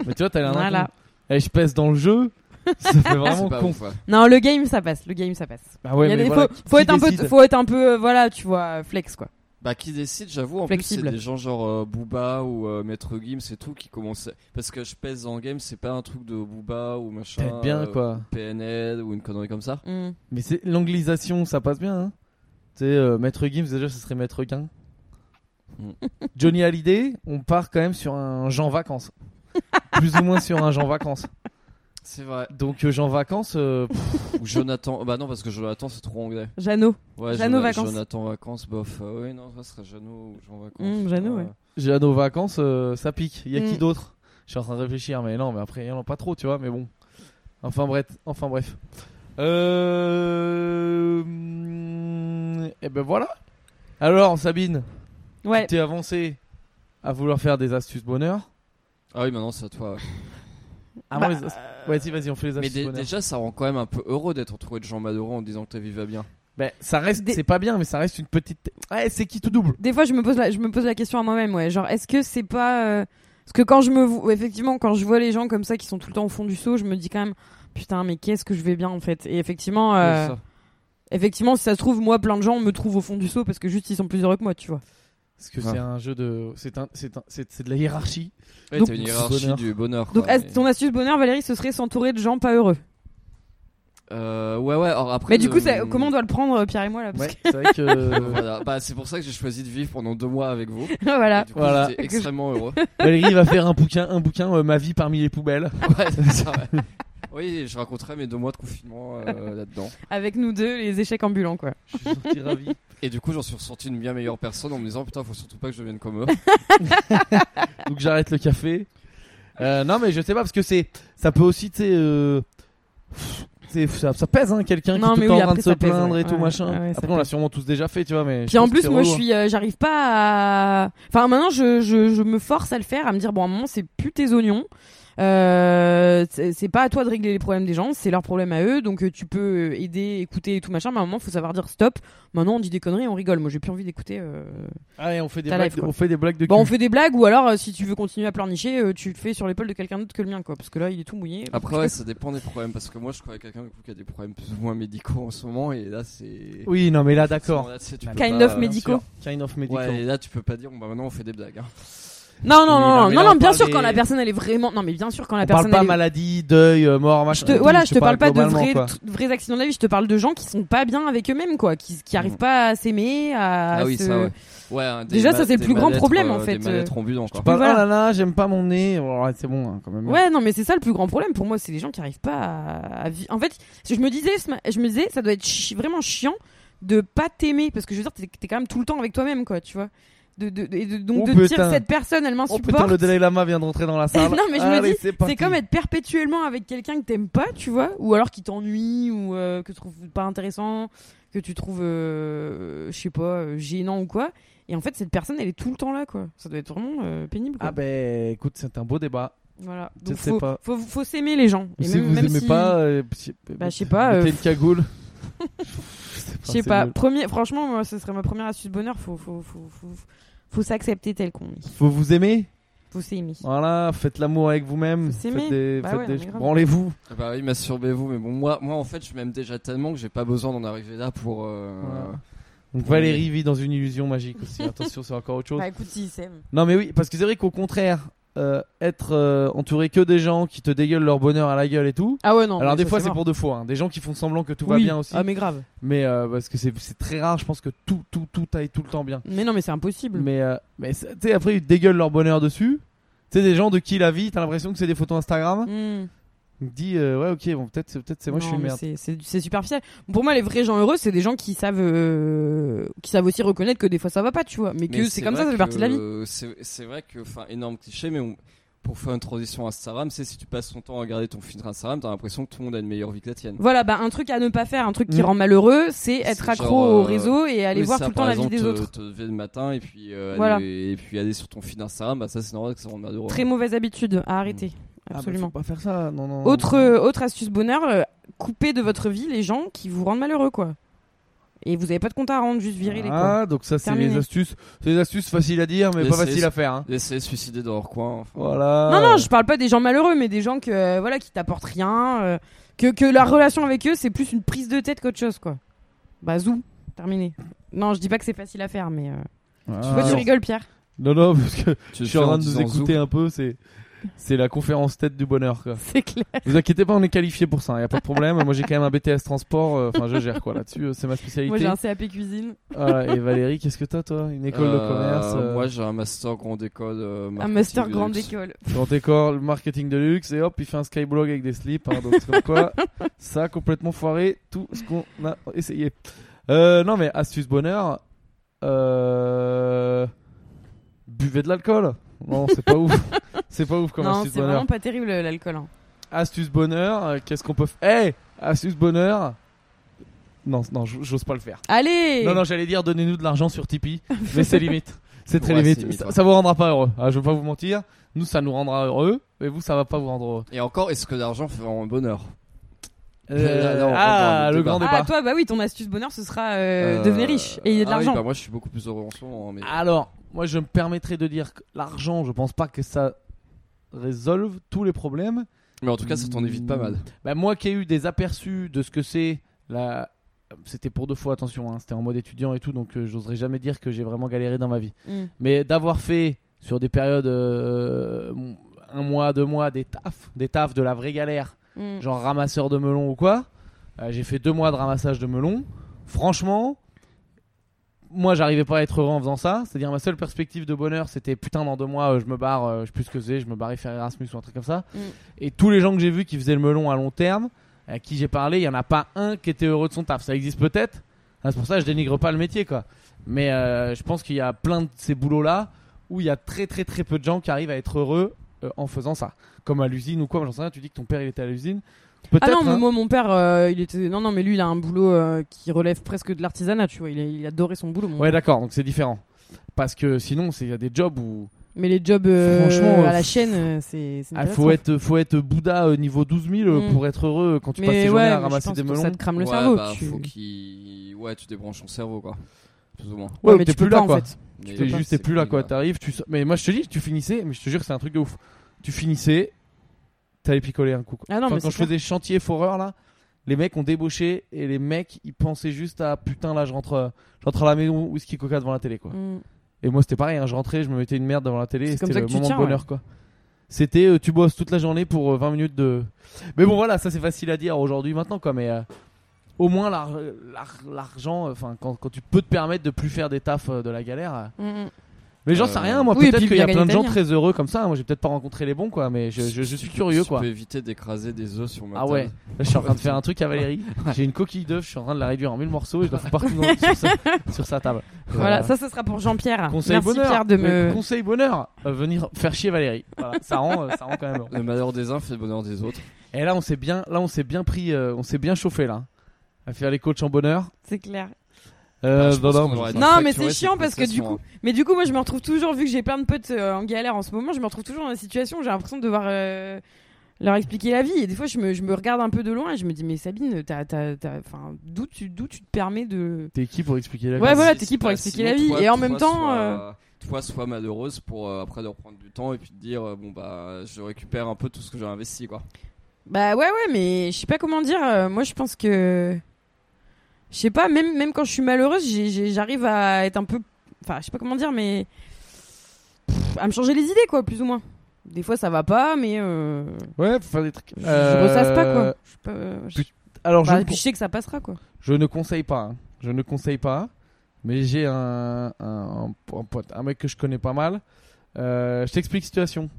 [SPEAKER 1] Mais tu vois, t'as l'air d'un
[SPEAKER 2] Voilà.
[SPEAKER 1] con. Eh, je pèse dans le jeu. Ça fait
[SPEAKER 2] Ah,
[SPEAKER 1] vraiment
[SPEAKER 3] C'est pas
[SPEAKER 1] con.
[SPEAKER 3] ouf, ouais.
[SPEAKER 2] Non, le game, ça passe, le game, ça passe.
[SPEAKER 1] Bah ouais,
[SPEAKER 2] Il y a
[SPEAKER 1] mais
[SPEAKER 2] des-
[SPEAKER 1] voilà,
[SPEAKER 2] faut,
[SPEAKER 1] qui-
[SPEAKER 2] faut
[SPEAKER 1] qui
[SPEAKER 2] être un peu,
[SPEAKER 1] décide
[SPEAKER 2] faut être un peu, euh, voilà, tu vois, flex, quoi.
[SPEAKER 3] Bah, qui décide, j'avoue, en plus, c'est
[SPEAKER 2] Flexible.
[SPEAKER 3] des gens genre euh, Booba ou euh, Maître Gims et tout qui commencent. à- Parce que je pèse en game, c'est pas un truc de Booba ou machin.
[SPEAKER 1] Peut-être bien,
[SPEAKER 3] euh,
[SPEAKER 1] quoi.
[SPEAKER 3] PNL ou une connerie comme ça.
[SPEAKER 2] Hmm.
[SPEAKER 1] Mais c'est l'anglisation, ça passe bien. Hein tu sais, euh, Maître Gims, déjà, ce serait Maître Guin.
[SPEAKER 3] Mm.
[SPEAKER 1] Johnny Hallyday, on part quand même sur un Jean Vacances. Plus ou moins sur un Jean Vacances.
[SPEAKER 3] C'est vrai.
[SPEAKER 1] Donc, euh, Jean Vacances, euh, pff,
[SPEAKER 3] Ou Jonathan. Bah non, parce que Jonathan, c'est trop anglais.
[SPEAKER 2] Jeannot.
[SPEAKER 3] Ouais,
[SPEAKER 2] Jeannot
[SPEAKER 3] Jona-
[SPEAKER 2] Vacances.
[SPEAKER 3] Jonathan Vacances, bof. Euh, oui, non, ça serait Jeannot ou Jean Vacances.
[SPEAKER 2] Mm, Jeannot,
[SPEAKER 3] Ah,
[SPEAKER 2] ouais.
[SPEAKER 1] j'ai à nos vacances, euh, ça pique. Il y a qui
[SPEAKER 2] Mm.
[SPEAKER 1] d'autre Je suis en train de réfléchir, mais non, mais après, il y en a pas trop, tu vois, mais bon. Enfin, bref. Enfin, bref. Euh... mm, Et ben voilà. Alors, Sabine,
[SPEAKER 2] Ouais.
[SPEAKER 1] tu t'es avancée à vouloir faire des astuces bonheur.
[SPEAKER 3] Ah oui, maintenant, c'est à toi. ouais.
[SPEAKER 1] Ah,
[SPEAKER 2] Bah,
[SPEAKER 1] moi, les os- Ouais, si, vas-y, on fait les
[SPEAKER 3] Mais
[SPEAKER 1] astuces
[SPEAKER 3] dé-
[SPEAKER 1] bonheur.
[SPEAKER 3] déjà, ça rend quand même un peu heureux d'être entouré de Jean Madoran en disant que ta vie va bien.
[SPEAKER 1] Bah, ça reste,
[SPEAKER 2] Des-
[SPEAKER 1] c'est pas bien, mais ça reste une petite. Ouais, c'est qui tout double
[SPEAKER 2] Des fois, je me pose la, je me pose la question à moi-même, ouais. Genre, est-ce que c'est pas. euh, Parce que quand je me. vo- Effectivement, quand je vois les gens comme ça qui sont tout le temps au fond du seau, je me dis quand même, putain, mais qu'est-ce que je vais bien en fait. Et effectivement, euh,
[SPEAKER 3] Ouais, ça.
[SPEAKER 2] effectivement, si ça se trouve, moi, plein de gens me trouvent au fond du seau parce que juste ils sont plus heureux que moi, tu vois.
[SPEAKER 1] Parce que
[SPEAKER 3] Ouais.
[SPEAKER 1] c'est un jeu de. C'est un... C'est un... C'est... c'est de la hiérarchie.
[SPEAKER 3] Ouais,
[SPEAKER 2] donc-
[SPEAKER 3] t'as une hiérarchie
[SPEAKER 1] Bonheur.
[SPEAKER 3] du bonheur.
[SPEAKER 2] Donc,
[SPEAKER 3] quoi,
[SPEAKER 2] as-
[SPEAKER 3] mais-
[SPEAKER 2] ton astuce bonheur, Valérie, ce serait s'entourer de gens pas heureux.
[SPEAKER 3] Euh, ouais, ouais, alors après.
[SPEAKER 2] Mais du
[SPEAKER 3] le-
[SPEAKER 2] coup, ça- comment on doit le prendre, euh, Pierre et moi, là parce
[SPEAKER 1] Ouais, c'est vrai
[SPEAKER 3] Euh,
[SPEAKER 1] que.
[SPEAKER 3] voilà. Bah, c'est pour ça que j'ai choisi de vivre pendant deux mois avec vous.
[SPEAKER 2] que- Ah. voilà.
[SPEAKER 3] Et du coup,
[SPEAKER 1] Voilà.
[SPEAKER 3] j'étais extrêmement heureux.
[SPEAKER 1] Valérie va faire un bouquin, un bouquin, euh, Ma vie parmi les poubelles.
[SPEAKER 3] Ouais, c'est ça, ouais. Oui, je raconterai mes deux mois de confinement euh, là-dedans.
[SPEAKER 2] Avec nous deux, les échecs ambulants, quoi.
[SPEAKER 1] Je suis sorti ravi.
[SPEAKER 3] Et du coup, j'en suis ressenti une bien meilleure personne en me disant putain, faut surtout pas que je devienne comme eux.
[SPEAKER 1] Donc j'arrête le café. Euh, non, mais je sais pas, parce que c'est. Ça peut aussi, tu sais. euh, pff, c'est- Ça, ça pèse, hein, quelqu'un qui est
[SPEAKER 2] Non,
[SPEAKER 1] tout
[SPEAKER 2] mais
[SPEAKER 1] le temps
[SPEAKER 2] oui,
[SPEAKER 1] en train
[SPEAKER 2] après,
[SPEAKER 1] de se
[SPEAKER 2] ça pèse,
[SPEAKER 1] plaindre et
[SPEAKER 2] ouais.
[SPEAKER 1] tout
[SPEAKER 2] Ouais,
[SPEAKER 1] machin.
[SPEAKER 2] ouais, ouais, ça
[SPEAKER 1] après, on l'a
[SPEAKER 2] pèse.
[SPEAKER 1] sûrement tous déjà fait, tu vois, mais. je
[SPEAKER 2] Puis en
[SPEAKER 1] pense que
[SPEAKER 2] plus,
[SPEAKER 1] c'est
[SPEAKER 2] moi, je
[SPEAKER 1] relou, hein.
[SPEAKER 2] suis, euh, j'arrive pas à. Enfin, maintenant, je, je, je me force à le faire, à me dire, bon, à un moment, c'est plus tes oignons. Euh, c'est c'est pas à toi de régler les problèmes des gens, c'est leur problème à eux. Donc, euh, tu peux aider, écouter et tout machin. Mais à un moment, faut savoir dire stop. Maintenant, on dit des conneries, on rigole. Moi, j'ai plus envie d'écouter. euh.
[SPEAKER 1] Ah, et on fait des
[SPEAKER 2] Ta
[SPEAKER 1] blagues,
[SPEAKER 2] life,
[SPEAKER 1] de-
[SPEAKER 2] quoi.
[SPEAKER 1] on fait des blagues de cul.
[SPEAKER 2] Bon, on fait des blagues, ou alors, euh, si tu veux continuer à pleurnicher, euh, tu le fais sur l'épaule de quelqu'un d'autre que le mien, quoi. Parce que là, il est tout mouillé.
[SPEAKER 1] Ah,
[SPEAKER 3] Après, ouais, ça dépend des problèmes. Parce que moi, je connais quelqu'un du coup, qui a des problèmes plus ou moins médicaux en ce moment. Et là, c'est.
[SPEAKER 1] Oui, non, mais là, d'accord. Bah,
[SPEAKER 3] Là, tu sais, tu peux
[SPEAKER 2] Kind
[SPEAKER 3] pas-
[SPEAKER 2] of médicaux.
[SPEAKER 1] Kind of medical.
[SPEAKER 3] Ouais, et là, tu peux pas dire bon, bah maintenant, on fait des blagues. hein.
[SPEAKER 2] Non, non,
[SPEAKER 1] Oui, non,
[SPEAKER 2] non, non,
[SPEAKER 1] mais
[SPEAKER 2] non,
[SPEAKER 1] là, on
[SPEAKER 2] non, bien
[SPEAKER 1] parle
[SPEAKER 2] sûr,
[SPEAKER 1] des-
[SPEAKER 2] quand la personne, elle est vraiment. Non, mais bien sûr, quand la
[SPEAKER 1] On
[SPEAKER 2] personne.
[SPEAKER 1] parle pas
[SPEAKER 2] elle est-
[SPEAKER 1] maladie, deuil, euh, mort,
[SPEAKER 2] Je
[SPEAKER 1] machin.
[SPEAKER 2] te,
[SPEAKER 1] tout,
[SPEAKER 2] voilà, je te parle pas de
[SPEAKER 1] globalement,
[SPEAKER 2] vrais
[SPEAKER 1] quoi.
[SPEAKER 2] tr- vrais accidents de la vie, je te parle de gens qui sont pas bien avec eux-mêmes, quoi, qui, qui arrivent
[SPEAKER 3] Mm.
[SPEAKER 2] pas à s'aimer, à.
[SPEAKER 3] Ah oui,
[SPEAKER 2] se-
[SPEAKER 3] ça, ouais. Ouais, hein, des
[SPEAKER 2] Déjà, ça,
[SPEAKER 3] ma-
[SPEAKER 2] c'est le
[SPEAKER 3] des
[SPEAKER 2] plus grand
[SPEAKER 3] mal-être,
[SPEAKER 2] problème, en
[SPEAKER 3] euh,
[SPEAKER 2] fait,
[SPEAKER 3] Des mal-être ambulants, quoi.
[SPEAKER 1] Tu parles,
[SPEAKER 2] voilà.
[SPEAKER 1] oh là là, j'aime pas mon nez. Oh, ouais, c'est bon, hein, quand même.
[SPEAKER 2] Ouais, non, mais c'est ça le plus grand problème pour moi, c'est les gens qui arrivent pas à, à vi- En fait, je me disais, ce ma- je me disais, ça doit être chi- vraiment chiant de pas t'aimer, parce que je veux dire, t'es t'es quand même tout le temps avec toi-même, quoi, tu vois. De, de, de- et de- donc
[SPEAKER 1] Oh,
[SPEAKER 2] de te dire
[SPEAKER 1] putain.
[SPEAKER 2] cette personne, elle
[SPEAKER 1] Oh
[SPEAKER 2] m'insupporte.
[SPEAKER 1] putain, le Dalai Lama vient de rentrer dans la salle. Ah,
[SPEAKER 2] Non, mais je me
[SPEAKER 1] Allez,
[SPEAKER 2] dis,
[SPEAKER 1] c'est
[SPEAKER 2] C'est
[SPEAKER 1] parti.
[SPEAKER 2] comme être perpétuellement avec quelqu'un que t'aimes pas, tu vois, ou alors qui t'ennuie, ou euh, que tu trouves pas intéressant, que tu trouves, euh, je sais pas, euh, gênant ou quoi. Et en fait, cette personne, elle est tout le temps là, quoi. Ça doit être vraiment euh, pénible. Quoi.
[SPEAKER 1] Ah ben, écoute, c'est un beau débat.
[SPEAKER 2] voilà.
[SPEAKER 1] je
[SPEAKER 2] Donc
[SPEAKER 1] sais
[SPEAKER 2] faut,
[SPEAKER 1] pas.
[SPEAKER 2] faut, faut s'aimer les gens. Et
[SPEAKER 1] si
[SPEAKER 2] même,
[SPEAKER 1] vous
[SPEAKER 2] même
[SPEAKER 1] aimez
[SPEAKER 2] si-
[SPEAKER 1] pas, euh, si-
[SPEAKER 2] bah, je sais pas,
[SPEAKER 1] mettez
[SPEAKER 2] euh,
[SPEAKER 1] une cagoule.
[SPEAKER 2] je sais pas. Premier, franchement, moi, ce serait ma première astuce bonheur. Faut, faut, faut, faut, faut s'accepter tel qu'on est.
[SPEAKER 1] Faut vous aimer.
[SPEAKER 2] Faut s'aimer.
[SPEAKER 1] Voilà, faites l'amour avec vous-même.
[SPEAKER 2] Faut
[SPEAKER 1] Faites
[SPEAKER 2] s'aimer.
[SPEAKER 1] des,
[SPEAKER 2] Bah
[SPEAKER 1] faites
[SPEAKER 2] ouais,
[SPEAKER 1] des-
[SPEAKER 2] non, mais grave.
[SPEAKER 1] branlez-vous.
[SPEAKER 3] Ah Bah oui, masturbez-vous, mais bon, moi, moi en fait, je m'aime déjà tellement que j'ai pas besoin d'en arriver là pour. euh,
[SPEAKER 1] Voilà. Donc Valérie vit dans une illusion magique aussi. Attention, c'est encore autre chose.
[SPEAKER 2] Bah écoute, s'ils s'aiment.
[SPEAKER 1] Non mais oui, parce que c'est vrai qu'au contraire, euh, être euh, entouré que des gens qui te dégueulent leur bonheur à la gueule et tout.
[SPEAKER 2] Ah ouais, non.
[SPEAKER 1] Alors
[SPEAKER 2] mais
[SPEAKER 1] des
[SPEAKER 2] ça,
[SPEAKER 1] fois c'est
[SPEAKER 2] mort.
[SPEAKER 1] pour deux fois, hein. des gens qui font semblant que tout va
[SPEAKER 2] Oui.
[SPEAKER 1] bien aussi.
[SPEAKER 2] Ah, mais grave.
[SPEAKER 1] Mais euh, parce que c'est c'est très rare, je pense que tout tout tout aille tout le temps bien.
[SPEAKER 2] Mais non, mais c'est impossible.
[SPEAKER 1] Mais euh, mais c'est- tu sais après ils te dégueulent leur bonheur dessus. Tu sais des gens de qui la vie, t'as l'impression que c'est des photos Instagram.
[SPEAKER 2] Hmm.
[SPEAKER 1] Ils te disent euh, ouais ok bon peut-être c'est- peut-être c'est moi je
[SPEAKER 2] Non,
[SPEAKER 1] suis une
[SPEAKER 2] mais
[SPEAKER 1] merde.
[SPEAKER 2] c'est- C'est c'est superficiel. Pour moi, les vrais gens heureux, c'est des gens qui savent, euh, qui savent aussi reconnaître que des fois ça va pas, tu vois. Mais,
[SPEAKER 3] mais
[SPEAKER 2] que c'est comme ça, ça
[SPEAKER 3] vrai
[SPEAKER 2] fait partie de la
[SPEAKER 3] que,
[SPEAKER 2] vie.
[SPEAKER 3] euh, C'est c'est vrai que, enfin, énorme cliché, mais on- pour faire une transition Instagram, c'est si tu passes ton temps à regarder ton filtre Instagram, t'as l'impression que tout le monde a une meilleure vie que la tienne.
[SPEAKER 2] Voilà, bah, un truc à ne pas faire, un truc qui
[SPEAKER 1] Mm.
[SPEAKER 2] rend malheureux, c'est
[SPEAKER 3] C'est
[SPEAKER 2] être
[SPEAKER 3] genre,
[SPEAKER 2] accro
[SPEAKER 3] euh,
[SPEAKER 2] au réseau et aller
[SPEAKER 3] Oui,
[SPEAKER 2] voir
[SPEAKER 3] ça,
[SPEAKER 2] tout le temps
[SPEAKER 3] par
[SPEAKER 2] la vie des
[SPEAKER 3] exemple, te-
[SPEAKER 2] autres.
[SPEAKER 3] Te lever le matin et puis, euh,
[SPEAKER 2] Voilà.
[SPEAKER 3] aller, et puis aller sur ton feed Instagram, bah ça c'est normal que ça rende malheureux.
[SPEAKER 2] Très mauvaise habitude à arrêter.
[SPEAKER 3] Mm.
[SPEAKER 1] Ah,
[SPEAKER 2] Absolument.
[SPEAKER 1] bah, faut pas faire ça non non.
[SPEAKER 2] autre, euh, autre astuce bonheur, euh, coupez de votre vie les gens qui vous rendent malheureux, quoi. Et vous avez pas de compte à rendre, juste virer les quoi.
[SPEAKER 1] Ah donc ça c'est
[SPEAKER 2] Terminé.
[SPEAKER 1] les astuces, c'est des astuces faciles à dire mais
[SPEAKER 3] Mais
[SPEAKER 1] pas
[SPEAKER 3] c'est-
[SPEAKER 1] faciles à faire. hein.
[SPEAKER 3] Laissez suicider dans leur coin. enfin.
[SPEAKER 1] Voilà.
[SPEAKER 2] Non, non, je parle pas des gens malheureux, mais des gens que, euh, voilà, qui t'apportent rien, euh, que, que la relation avec eux, c'est plus une prise de tête qu'autre chose, quoi. Bah, zou, terminé. Non, je dis pas que c'est facile à faire, mais euh, Tu vois, tu rigoles, Pierre.
[SPEAKER 1] Ah. Non, non, parce que je
[SPEAKER 3] Tu le
[SPEAKER 1] suis
[SPEAKER 3] fais
[SPEAKER 1] en train de
[SPEAKER 3] disant
[SPEAKER 1] nous écouter un peu. C'est c'est la conférence tête du bonheur. Quoi.
[SPEAKER 2] C'est clair.
[SPEAKER 1] Vous inquiétez pas, on est qualifié pour ça. Y a pas de problème. Moi, j'ai quand même un BTS transport. euh, Enfin, je gère quoi là-dessus. euh, C'est ma
[SPEAKER 2] Moi,
[SPEAKER 1] spécialité.
[SPEAKER 2] j'ai un CAP cuisine.
[SPEAKER 1] Voilà, et Valérie, qu'est-ce que t'as toi Une école de
[SPEAKER 3] Euh,
[SPEAKER 1] commerce. euh,
[SPEAKER 3] Moi, j'ai un master grande école. euh,
[SPEAKER 2] Un
[SPEAKER 3] marketing
[SPEAKER 2] master
[SPEAKER 3] de
[SPEAKER 2] grande
[SPEAKER 3] luxe.
[SPEAKER 2] école.
[SPEAKER 1] Dans tes corps, le marketing de luxe, et hop, il fait un skyblog avec des slips. hein, donc, c'est comme quoi, ça a complètement foiré tout ce qu'on a essayé. Euh, non, mais astuce bonheur, euh, buvez de l'alcool. Non, c'est pas ouf. C'est pas ouf comme
[SPEAKER 2] non,
[SPEAKER 1] astuce
[SPEAKER 2] c'est
[SPEAKER 1] bonheur.
[SPEAKER 2] vraiment pas terrible euh, l'alcool. hein.
[SPEAKER 1] Astuce bonheur, euh, qu'est-ce qu'on peut faire hey Astuce bonheur Non, non, j- j'ose pas le faire.
[SPEAKER 2] Allez
[SPEAKER 1] Non, non, j'allais dire donnez-nous de l'argent sur Tipeee, mais c'est limite. C'est très
[SPEAKER 3] Ouais,
[SPEAKER 1] limite.
[SPEAKER 3] c'est limite,
[SPEAKER 1] ça,
[SPEAKER 3] ouais.
[SPEAKER 1] ça vous rendra pas heureux. Ah, je vais pas vous mentir. Nous, ça nous rendra heureux, mais vous, ça va pas vous rendre heureux.
[SPEAKER 3] Et encore, est-ce que l'argent fait vraiment bonheur
[SPEAKER 1] Euh,
[SPEAKER 3] non, on
[SPEAKER 1] ah,
[SPEAKER 3] rentre dans le
[SPEAKER 1] le grand
[SPEAKER 2] Ah,
[SPEAKER 1] débat.
[SPEAKER 2] toi, bah oui, ton astuce bonheur, ce sera euh,
[SPEAKER 3] Euh,
[SPEAKER 2] devenir riche et il y a de
[SPEAKER 3] ah oui,
[SPEAKER 2] l'argent.
[SPEAKER 3] bah moi, je suis beaucoup plus heureux en ce moment. Mais...
[SPEAKER 1] Alors, moi, je me permettrais de dire que l'argent, je pense pas que ça résolve tous les problèmes.
[SPEAKER 3] mais en tout cas, ça t'en évite pas mal.
[SPEAKER 1] Bah, moi qui ai eu des aperçus de ce que c'est la. C'était pour deux fois, attention, hein, c'était en mode étudiant et tout, donc euh, j'oserais jamais dire que j'ai vraiment galéré dans ma vie.
[SPEAKER 2] Mm.
[SPEAKER 1] Mais d'avoir fait sur des périodes, euh, un mois, deux mois, des tafs, des tafs de la vraie galère,
[SPEAKER 2] Mm.
[SPEAKER 1] genre ramasseur de melons ou quoi, euh, j'ai fait deux mois de ramassage de melons. Franchement, moi j'arrivais pas à être heureux en faisant ça. C'est-à-dire ma seule perspective de bonheur c'était putain dans deux mois euh, je me barre, euh, je sais plus ce que c'est, je me barrais faire Erasmus ou un truc comme ça.
[SPEAKER 2] Mm.
[SPEAKER 1] Et tous les gens que j'ai vus qui faisaient le melon à long terme, à qui j'ai parlé, il y en a pas un qui était heureux de son taf. Ça existe peut-être, Hein, c'est pour ça que je dénigre pas le métier quoi. Mais euh, je pense qu'il y a plein de ces boulots là où il y a très très très peu de gens qui arrivent à être heureux euh, en faisant ça. Comme à l'usine ou quoi, j'en sais rien, tu dis que ton père il était à l'usine.
[SPEAKER 2] Ah
[SPEAKER 1] Peut-être.
[SPEAKER 2] non, mais
[SPEAKER 1] hein.
[SPEAKER 2] moi, mon père, euh, il était. Non, non, mais lui, il a un boulot euh, qui relève presque de l'artisanat, tu vois. Il, a- il adorait son boulot. mon
[SPEAKER 1] hein. Ouais,
[SPEAKER 2] père.
[SPEAKER 1] d'accord, donc c'est différent. Parce que sinon, c'est- il y a des jobs où
[SPEAKER 2] Mais les jobs euh,
[SPEAKER 1] Franchement, euh,
[SPEAKER 2] à la chaîne, euh, c'est. c'est une
[SPEAKER 1] il faut,
[SPEAKER 2] catastrophe.
[SPEAKER 1] être, faut être Bouddha euh, niveau 12 000 euh,
[SPEAKER 2] Mm.
[SPEAKER 1] pour être heureux quand tu passes tes
[SPEAKER 2] Mais
[SPEAKER 1] journées
[SPEAKER 2] ouais,
[SPEAKER 1] à
[SPEAKER 2] mais je
[SPEAKER 1] ramasser
[SPEAKER 2] pense
[SPEAKER 1] des
[SPEAKER 2] que
[SPEAKER 1] melons.
[SPEAKER 2] ça te crame le
[SPEAKER 3] Ouais,
[SPEAKER 2] cerveau.
[SPEAKER 3] bah,
[SPEAKER 2] tu...
[SPEAKER 3] faut qu'il- Ouais, tu débranches ton cerveau, quoi. Plus ou moins.
[SPEAKER 1] Ouais,
[SPEAKER 2] mais
[SPEAKER 1] t'es
[SPEAKER 2] tu peux
[SPEAKER 1] plus
[SPEAKER 2] pas,
[SPEAKER 1] là
[SPEAKER 2] en
[SPEAKER 1] quoi.
[SPEAKER 2] fait.
[SPEAKER 3] Mais
[SPEAKER 1] T'es juste t'es plus là quoi,
[SPEAKER 3] bah,
[SPEAKER 1] t'arrives, tu... mais moi je te dis, tu finissais, mais je te jure c'est un truc de ouf. Tu finissais, t'allais picoler un coup. quoi.
[SPEAKER 2] Ah non,
[SPEAKER 1] Enfin,
[SPEAKER 2] mais
[SPEAKER 1] quand
[SPEAKER 2] c'est
[SPEAKER 1] je faisais chantier foreur là, les mecs ont débauché et les mecs ils pensaient juste à putain là je rentre, euh, je rentre à la maison whisky coca devant la télé quoi.
[SPEAKER 2] Mm.
[SPEAKER 1] Et moi c'était pareil, hein, je rentrais, je me mettais une merde devant la télé, et
[SPEAKER 2] C'est comme
[SPEAKER 1] c'était
[SPEAKER 2] ça
[SPEAKER 1] le
[SPEAKER 2] que tu
[SPEAKER 1] moment de
[SPEAKER 2] tiens,
[SPEAKER 1] bonheur quoi. C'était euh, tu bosses toute la journée pour euh, 20 minutes de. Mais bon voilà, ça c'est facile à dire aujourd'hui maintenant quoi, mais euh, au moins l'ar- l'ar- l'argent, euh, enfin quand, quand tu peux te permettre de plus faire des tafs euh, de la galère. euh,
[SPEAKER 2] Mm.
[SPEAKER 1] mais j'en
[SPEAKER 3] Euh,
[SPEAKER 1] sais rien, moi.
[SPEAKER 2] oui, et
[SPEAKER 1] peut-être
[SPEAKER 2] puis
[SPEAKER 1] qu'il y a
[SPEAKER 2] bien
[SPEAKER 1] plein de gens
[SPEAKER 2] gagner ta hein.
[SPEAKER 1] très heureux comme ça. hein. Moi, j'ai peut-être pas rencontré les bons, quoi. Mais je, je- je
[SPEAKER 3] si
[SPEAKER 1] suis
[SPEAKER 3] tu-
[SPEAKER 1] curieux,
[SPEAKER 3] si
[SPEAKER 1] quoi.
[SPEAKER 3] Tu peux
[SPEAKER 1] Là,
[SPEAKER 3] éviter d'écraser des œufs sur ma
[SPEAKER 1] Ah
[SPEAKER 3] table.
[SPEAKER 1] ouais. je suis en train de faire un truc à Valérie. J'ai une coquille d'œuf, je suis en train de la réduire en mille morceaux et je la fous partout dans- sur, sa, sur sa table.
[SPEAKER 2] Voilà,
[SPEAKER 1] Euh,
[SPEAKER 2] ça, ce sera pour Jean-Pierre.
[SPEAKER 1] Conseil
[SPEAKER 2] Merci
[SPEAKER 1] bonheur.
[SPEAKER 2] Pierre de
[SPEAKER 1] Mais
[SPEAKER 2] me.
[SPEAKER 1] Conseil bonheur. euh, venir faire chier Valérie. Voilà, ça rend, euh, ça rend quand même. heureux.
[SPEAKER 3] Le malheur des uns fait le bonheur des autres.
[SPEAKER 1] Et là, on s'est bien, là, on s'est bien pris, euh, on s'est bien chauffé là. À faire les coachs en bonheur.
[SPEAKER 2] C'est clair.
[SPEAKER 1] Euh,
[SPEAKER 3] Ah, je pense
[SPEAKER 1] non, non,
[SPEAKER 3] qu'on
[SPEAKER 1] mais-
[SPEAKER 3] aurait dû
[SPEAKER 2] Non, mais
[SPEAKER 3] facturer
[SPEAKER 2] c'est
[SPEAKER 3] ces
[SPEAKER 2] chiant parce que du
[SPEAKER 3] prestations,
[SPEAKER 2] coup, mais du coup, moi, je me retrouve toujours, vu que j'ai plein de potes euh, en galère en ce moment, je me retrouve toujours dans la situation où j'ai l'impression de devoir euh, leur expliquer la vie. Et des fois, je me, je me regarde un peu de loin et je me dis, mais Sabine, t'as, t'as, t'as- enfin, d'où tu, d'où tu te permets de.
[SPEAKER 1] T'es qui pour expliquer la
[SPEAKER 2] Ouais,
[SPEAKER 1] vie
[SPEAKER 2] voilà,
[SPEAKER 3] Si-
[SPEAKER 2] t'es qui pour
[SPEAKER 3] bah,
[SPEAKER 2] expliquer
[SPEAKER 3] sinon,
[SPEAKER 2] la vie
[SPEAKER 3] toi-
[SPEAKER 2] Et en
[SPEAKER 3] toi,
[SPEAKER 2] même temps,
[SPEAKER 3] sois-
[SPEAKER 2] euh,
[SPEAKER 3] Toi, sois malheureuse pour euh, après de reprendre du temps et puis te dire euh, bon bah je récupère un peu tout ce que j'ai investi quoi.
[SPEAKER 2] Bah ouais, ouais, mais je sais pas comment dire. euh, moi, je pense que. Je sais pas, même, même quand je suis malheureuse, j'ai- j'ai- j'arrive à être un peu. Enfin, je sais pas comment dire, mais. Pff, à me changer les idées, quoi, plus ou moins. Des fois, ça va pas, mais. euh,
[SPEAKER 1] Ouais, faut faire des trucs.
[SPEAKER 2] Je, je
[SPEAKER 1] Euh,
[SPEAKER 2] ressasse pas, quoi. Je, sais pas, euh, je-
[SPEAKER 1] putain, Alors,
[SPEAKER 2] Bah,
[SPEAKER 1] je
[SPEAKER 2] et puis je sais que ça passera, quoi.
[SPEAKER 1] Je ne conseille pas. hein. Je ne conseille pas. Mais j'ai un, un, un pote, un mec que je connais pas mal. Euh, je t'explique la situation.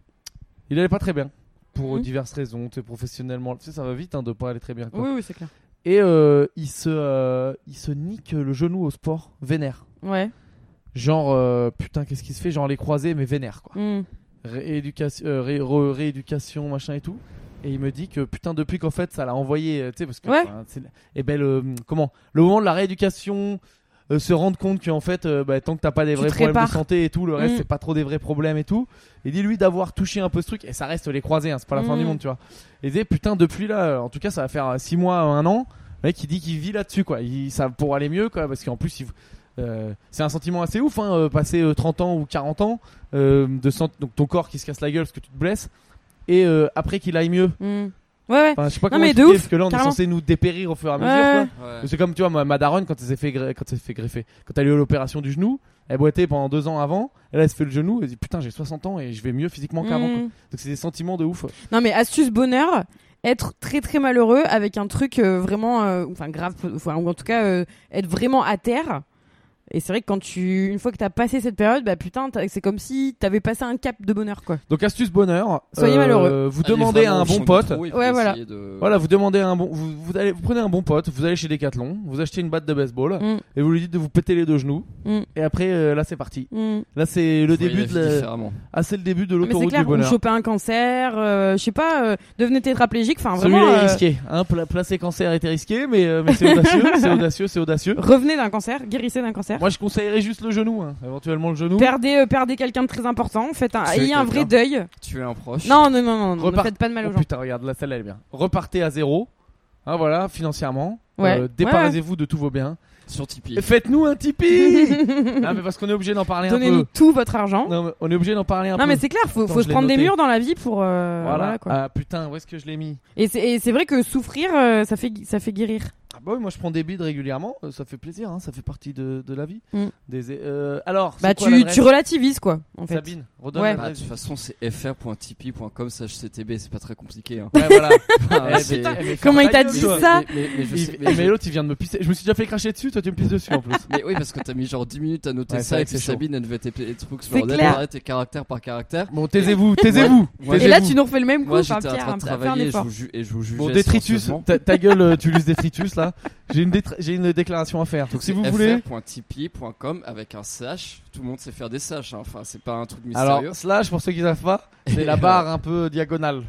[SPEAKER 1] Il allait pas très bien. Pour
[SPEAKER 2] Mhm.
[SPEAKER 1] diverses raisons. Tu sais, professionnellement. Tu sais, ça va vite hein, de pas aller très bien. quoi.
[SPEAKER 2] Oui, oui, c'est clair.
[SPEAKER 1] Et euh, il, se, euh, il se nique le genou au sport vénère.
[SPEAKER 2] Ouais.
[SPEAKER 1] Genre, euh, putain, qu'est-ce qui se fait Genre les croisés, mais vénère quoi.
[SPEAKER 2] Mm.
[SPEAKER 1] Rééducation, euh, ré- re- rééducation, machin et tout. Et il me dit que putain, depuis qu'en fait ça l'a envoyé, euh, tu sais, parce que.
[SPEAKER 2] Ouais.
[SPEAKER 1] enfin, c'est- eh ben, le, comment Le moment de la rééducation, euh, se rendre compte qu'en fait, euh, bah, tant que t'as pas des
[SPEAKER 2] Tu
[SPEAKER 1] vrais
[SPEAKER 2] te
[SPEAKER 1] problèmes de
[SPEAKER 2] répares.
[SPEAKER 1] santé et tout, le reste
[SPEAKER 2] Mm.
[SPEAKER 1] c'est pas trop des vrais problèmes et tout. Il dit lui d'avoir touché un peu ce truc, et ça reste les croisés, hein, c'est pas la fin
[SPEAKER 2] Mm.
[SPEAKER 1] du monde, tu vois. Et il dit putain, depuis là, euh, en tout cas, ça va faire 6 mois, 1 an, le mec il dit qu'il vit là-dessus, quoi. Il, ça pour aller mieux, quoi, parce qu'en plus, il. Euh, c'est un sentiment assez ouf, hein, euh, passer euh, 30 ans ou 40 ans, euh, de sent- donc ton corps qui se casse la gueule parce que tu te blesses, et euh, après qu'il aille mieux,
[SPEAKER 2] Mm. Ouais, ouais.
[SPEAKER 1] Enfin, je sais pas
[SPEAKER 2] Non,
[SPEAKER 1] comment
[SPEAKER 2] mais de
[SPEAKER 1] expliquer,
[SPEAKER 2] ouf,
[SPEAKER 1] parce que là, on
[SPEAKER 2] carrément.
[SPEAKER 1] est censé nous dépérir au fur et à mesure.
[SPEAKER 2] Ouais.
[SPEAKER 1] quoi.
[SPEAKER 3] Ouais.
[SPEAKER 1] C'est comme, tu vois, ma, ma daronne, quand elle s'est fait, gre- quand elle s'est fait greffer, quand elle a eu l'opération du genou, elle boitait pendant deux ans avant, elle, elle se fait le genou, elle dit putain, j'ai 60 ans et je vais mieux physiquement qu'avant. quoi.
[SPEAKER 2] Mm.
[SPEAKER 1] Donc c'est des sentiments de ouf. ouais.
[SPEAKER 2] Non mais astuce bonheur, être très très malheureux avec un truc euh, vraiment, euh, enfin grave, enfin, ou en tout cas euh, être vraiment à terre. Et c'est vrai que quand tu, une fois que t'as passé cette période, bah putain, t'as- c'est comme si t'avais passé un cap de bonheur quoi.
[SPEAKER 1] Donc astuce bonheur, euh,
[SPEAKER 2] Soyez malheureux.
[SPEAKER 1] vous
[SPEAKER 3] Allez
[SPEAKER 1] demandez à
[SPEAKER 3] vraiment
[SPEAKER 1] un
[SPEAKER 3] au fond
[SPEAKER 1] bon
[SPEAKER 3] du
[SPEAKER 1] pote.
[SPEAKER 3] trou et puis
[SPEAKER 2] Ouais, voilà.
[SPEAKER 3] essayez de-
[SPEAKER 1] Voilà, vous demandez à un bon, vous, vous allez, vous prenez un bon pote, vous allez chez Decathlon, vous achetez une batte de baseball
[SPEAKER 2] Mm,
[SPEAKER 1] et vous lui dites de vous péter les deux genoux.
[SPEAKER 2] Mm.
[SPEAKER 1] Et après, euh, là, c'est parti.
[SPEAKER 2] mm.
[SPEAKER 1] Là, c'est le
[SPEAKER 3] Vous voyez
[SPEAKER 1] début
[SPEAKER 3] la
[SPEAKER 1] de
[SPEAKER 3] vie
[SPEAKER 1] la-
[SPEAKER 3] différemment.
[SPEAKER 1] ah, c'est le début de
[SPEAKER 2] Ah, Mais c'est
[SPEAKER 1] l'autoroute du
[SPEAKER 2] clair, on
[SPEAKER 1] bonheur.
[SPEAKER 2] chopait un cancer, euh, je sais pas, euh, devenait tétraplégique, enfin vraiment.
[SPEAKER 1] Celui-là est
[SPEAKER 2] euh,
[SPEAKER 1] risqué. Hein, pla- placer cancer était risqué, mais, euh, mais c'est audacieux, c'est audacieux, c'est audacieux.
[SPEAKER 2] revenait d'un cancer, guérissait d'un cancer.
[SPEAKER 1] Moi, je conseillerais juste le genou, hein, éventuellement le genou.
[SPEAKER 2] Perdez, euh, perdez quelqu'un de très important, faites un,
[SPEAKER 3] Tuez
[SPEAKER 2] ayez un vrai deuil.
[SPEAKER 3] Tuer un proche.
[SPEAKER 2] Non, non, non, non, non, ne
[SPEAKER 1] Repart-
[SPEAKER 2] faites pas de mal
[SPEAKER 1] Oh
[SPEAKER 2] aux gens.
[SPEAKER 1] putain, regarde, là, celle-là, elle est bien. Repartez à zéro. Hein, voilà, financièrement.
[SPEAKER 2] Ouais.
[SPEAKER 1] Euh, déparasez-vous de tous vos biens.
[SPEAKER 3] Sur Tipeee.
[SPEAKER 1] Et Faites-nous un Tipeee Non, mais parce qu'on est obligé d'en parler un
[SPEAKER 2] Donnez-nous
[SPEAKER 1] peu.
[SPEAKER 2] tout votre argent.
[SPEAKER 1] Non, mais on est obligé d'en parler un
[SPEAKER 2] Non
[SPEAKER 1] peu.
[SPEAKER 2] mais c'est clair, faut,
[SPEAKER 1] Attends,
[SPEAKER 2] faut
[SPEAKER 1] je
[SPEAKER 2] se
[SPEAKER 1] l'ai
[SPEAKER 2] prendre des
[SPEAKER 1] noté.
[SPEAKER 2] murs dans la vie pour euh,
[SPEAKER 1] Voilà.
[SPEAKER 2] voilà quoi.
[SPEAKER 1] Ah putain, où est-ce que je l'ai mis
[SPEAKER 2] Et c'est et c'est vrai que souffrir, euh, ça fait gui- ça fait guérir.
[SPEAKER 1] Ah bah oui, moi je prends des bides régulièrement, euh, ça fait plaisir, hein, ça fait partie de, de la vie.
[SPEAKER 2] Mm.
[SPEAKER 1] Des, euh, alors, c'est
[SPEAKER 2] Bah
[SPEAKER 1] quoi
[SPEAKER 2] tu,
[SPEAKER 1] l'adresse
[SPEAKER 2] tu relativises quoi en fait.
[SPEAKER 1] Sabine, redonne
[SPEAKER 2] Ouais.
[SPEAKER 3] Bah, de
[SPEAKER 1] l'adresse.
[SPEAKER 3] toute façon, c'est fr.tipeee.com slash ctb, c'est pas très compliqué. Hein.
[SPEAKER 1] Ouais, voilà.
[SPEAKER 3] Ah,
[SPEAKER 1] Eh,
[SPEAKER 3] c'est-
[SPEAKER 1] putain, eh, mais
[SPEAKER 2] Bah, Comment il
[SPEAKER 1] ferme ta gueule,
[SPEAKER 2] t'a dit
[SPEAKER 1] toi.
[SPEAKER 2] ça
[SPEAKER 3] mais, mais je
[SPEAKER 1] Il-
[SPEAKER 3] sais- mais
[SPEAKER 1] Mais,
[SPEAKER 3] je-
[SPEAKER 1] l'autre il vient de me pisser. Je me suis déjà fait cracher dessus, toi tu me pisses dessus en plus.
[SPEAKER 3] mais oui, parce que t'as mis genre 10 minutes à noter
[SPEAKER 1] Ouais, c'est
[SPEAKER 3] ça
[SPEAKER 1] vrai
[SPEAKER 3] et
[SPEAKER 1] que
[SPEAKER 3] puis
[SPEAKER 1] c'est chaud.
[SPEAKER 3] Sabine, elle devait taper trucs sur
[SPEAKER 2] C'est
[SPEAKER 3] l'ordinateur,
[SPEAKER 2] clair.
[SPEAKER 3] arrêter caractère par caractère.
[SPEAKER 1] Bon, taisez-vous, taisez-vous.
[SPEAKER 3] Moi,
[SPEAKER 2] Et là
[SPEAKER 1] taisez-vous.
[SPEAKER 2] tu nous refais le même coup.
[SPEAKER 3] Moi,
[SPEAKER 2] Enfin
[SPEAKER 3] j'étais en
[SPEAKER 2] Pierre, hein,
[SPEAKER 3] train de
[SPEAKER 2] un- fais un
[SPEAKER 3] travailler et je
[SPEAKER 2] effort.
[SPEAKER 3] vous ju- et je vous jugeais.
[SPEAKER 1] Bon, détritus,
[SPEAKER 3] silencieusement.
[SPEAKER 1] ta, ta gueule, euh, tu luses détritus là. J'ai une, détra- j'ai une déclaration à faire. Donc si vous
[SPEAKER 3] C'est
[SPEAKER 1] voulez.
[SPEAKER 3] fr.tipeee.com avec un slash. Tout le monde sait faire des slash. hein. Enfin, c'est pas un truc
[SPEAKER 1] Alors,
[SPEAKER 3] mystérieux.
[SPEAKER 1] slash pour ceux qui savent pas, c'est la barre un peu diagonale.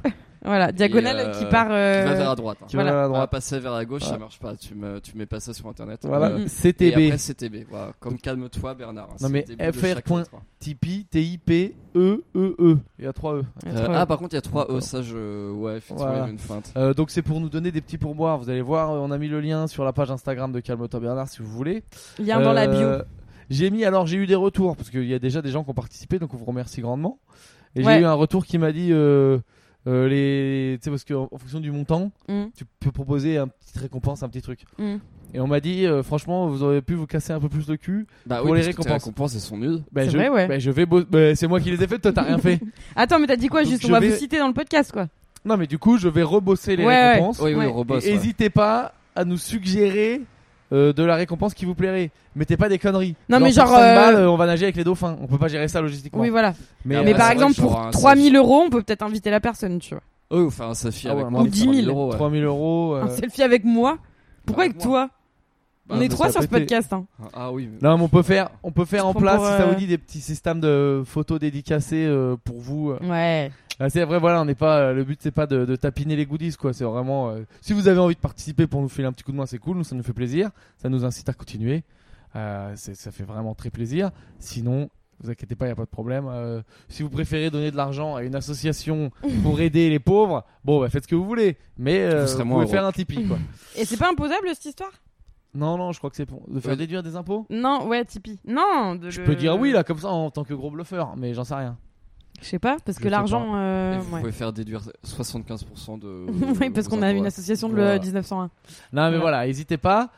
[SPEAKER 2] Voilà diagonale
[SPEAKER 3] Et, euh,
[SPEAKER 2] qui part.
[SPEAKER 3] Qui
[SPEAKER 2] euh,
[SPEAKER 3] va vers la droite. hein.
[SPEAKER 1] Qui va
[SPEAKER 2] Voilà.
[SPEAKER 1] vers la
[SPEAKER 3] On va
[SPEAKER 1] droite.
[SPEAKER 3] passer vers la gauche,
[SPEAKER 1] Voilà.
[SPEAKER 3] ça marche pas. Tu, me, tu mets pas ça sur internet.
[SPEAKER 1] Voilà,
[SPEAKER 3] Euh, Et
[SPEAKER 1] CTB.
[SPEAKER 3] après, CTB. Voilà. Comme calme-toi, Bernard. hein.
[SPEAKER 1] Non,
[SPEAKER 3] C'est
[SPEAKER 1] mais
[SPEAKER 3] le début de
[SPEAKER 1] FR.
[SPEAKER 3] chaque lettre.
[SPEAKER 1] Tipeee, T-I-P-E-E-E. Il y a 3 E.
[SPEAKER 3] Euh,
[SPEAKER 2] être, euh,
[SPEAKER 3] ah, par contre, il y a 3 E, ça je. Ouais, effectivement, il y
[SPEAKER 1] Voilà.
[SPEAKER 3] avait une feinte.
[SPEAKER 1] Euh, donc c'est pour nous donner des petits pourboires. Vous allez voir, euh, on a mis le lien sur la page Instagram de Calme-toi Bernard si vous voulez.
[SPEAKER 2] Lien dans la bio.
[SPEAKER 1] Euh, J'ai mis, alors j'ai eu des retours, parce qu'il y a déjà des gens qui ont participé, donc on vous remercie grandement. Et
[SPEAKER 2] Ouais.
[SPEAKER 1] j'ai eu un retour qui m'a dit, euh, euh, les... tu sais, parce qu'en en fonction du montant,
[SPEAKER 2] Mm,
[SPEAKER 1] tu peux proposer une petite récompense, un petit truc.
[SPEAKER 2] mm.
[SPEAKER 1] Et on m'a dit, euh, franchement, vous auriez pu vous casser un peu plus le cul.
[SPEAKER 3] Bah,
[SPEAKER 1] Pour
[SPEAKER 3] oui,
[SPEAKER 1] les
[SPEAKER 3] parce que tes
[SPEAKER 1] récompenses.
[SPEAKER 3] récompenses, elles sont nulles.
[SPEAKER 1] Ben,
[SPEAKER 2] C'est
[SPEAKER 1] je,
[SPEAKER 2] vrai, ouais.
[SPEAKER 1] ben, je vais bosser. Ben, c'est moi qui les ai faites, toi t'as rien fait.
[SPEAKER 2] Attends mais t'as dit quoi
[SPEAKER 1] Donc,
[SPEAKER 2] juste on
[SPEAKER 1] je
[SPEAKER 2] va
[SPEAKER 1] vais-
[SPEAKER 2] vous citer dans le podcast quoi.
[SPEAKER 1] Non, mais du coup, je vais rebosser les
[SPEAKER 2] Ouais, ouais.
[SPEAKER 1] récompenses.
[SPEAKER 3] Oui, oui,
[SPEAKER 2] Ouais.
[SPEAKER 3] Robos.
[SPEAKER 1] Et N'hésitez pas à nous suggérer euh, de la récompense qui vous plairait. Mettez pas des conneries.
[SPEAKER 2] Non, mais genre,
[SPEAKER 1] pour 100
[SPEAKER 2] euh,
[SPEAKER 1] balles, euh, on va nager avec les dauphins. On peut pas gérer ça logistiquement. euh,
[SPEAKER 2] Oui voilà.
[SPEAKER 3] Ah,
[SPEAKER 2] Mais
[SPEAKER 3] ouais,
[SPEAKER 2] par
[SPEAKER 3] c'est vrai
[SPEAKER 2] exemple
[SPEAKER 3] que j'aurai
[SPEAKER 2] pour
[SPEAKER 3] un
[SPEAKER 2] 3000 euros on peut peut-être inviter la personne tu vois.
[SPEAKER 3] Eux, ou faire un selfie
[SPEAKER 1] Ah ouais,
[SPEAKER 3] avec
[SPEAKER 1] on
[SPEAKER 3] moi.
[SPEAKER 1] en
[SPEAKER 3] pour
[SPEAKER 2] dit mille.
[SPEAKER 3] 3000 euros, ouais.
[SPEAKER 1] 3000 euros. euh.
[SPEAKER 2] Un selfie avec moi. Pourquoi
[SPEAKER 3] Avec
[SPEAKER 2] avec toi
[SPEAKER 3] Bah,
[SPEAKER 2] On est
[SPEAKER 3] bah,
[SPEAKER 2] trois
[SPEAKER 1] ça
[SPEAKER 2] sur
[SPEAKER 1] va
[SPEAKER 2] ce
[SPEAKER 1] péter.
[SPEAKER 2] podcast hein.
[SPEAKER 3] Ah oui. mais-
[SPEAKER 1] Non, mais on peut faire, on peut faire
[SPEAKER 2] Je
[SPEAKER 1] en
[SPEAKER 2] prends
[SPEAKER 1] place,
[SPEAKER 2] pour,
[SPEAKER 1] si ça
[SPEAKER 2] euh,
[SPEAKER 1] vous dit, des petits systèmes de photos dédicacées euh, pour vous. euh.
[SPEAKER 2] Ouais.
[SPEAKER 1] Ah, c'est vrai, voilà, on n'est pas, euh, le but c'est pas de, de tapiner les goodies, quoi. C'est vraiment, euh, si vous avez envie de participer pour nous filer un petit coup de main, c'est cool, nous ça nous fait plaisir, ça nous incite à continuer. Euh, c'est- ça fait vraiment très plaisir. Sinon, vous inquiétez pas, il n'y a pas de problème. Euh, si vous préférez donner de l'argent à une association pour aider les pauvres, bon, bah, faites ce que vous voulez. Mais euh,
[SPEAKER 3] Vous
[SPEAKER 1] vous,
[SPEAKER 3] serez moins
[SPEAKER 1] pouvez
[SPEAKER 3] heureux.
[SPEAKER 1] faire un Tipeee, quoi.
[SPEAKER 2] Et c'est pas imposable cette histoire
[SPEAKER 1] non, non, je crois que c'est pour de faire
[SPEAKER 3] Ouais.
[SPEAKER 1] déduire des impôts.
[SPEAKER 2] Non, ouais, Tipeee. Non, de
[SPEAKER 1] Je
[SPEAKER 2] le-
[SPEAKER 1] peux dire oui là, comme ça, en tant que gros bluffeur, mais j'en sais rien.
[SPEAKER 2] Je sais pas,
[SPEAKER 1] Je
[SPEAKER 2] parce que
[SPEAKER 1] sais
[SPEAKER 2] l'argent. euh,
[SPEAKER 3] Et vous
[SPEAKER 2] ouais.
[SPEAKER 3] pouvez faire déduire 75% de.
[SPEAKER 2] Oui, parce
[SPEAKER 3] vos
[SPEAKER 2] qu'on a
[SPEAKER 3] impôts,
[SPEAKER 2] une
[SPEAKER 3] ouais.
[SPEAKER 2] association de
[SPEAKER 1] Voilà.
[SPEAKER 2] le 1901.
[SPEAKER 1] Non, mais
[SPEAKER 2] Voilà.
[SPEAKER 1] voilà, n'hésitez pas.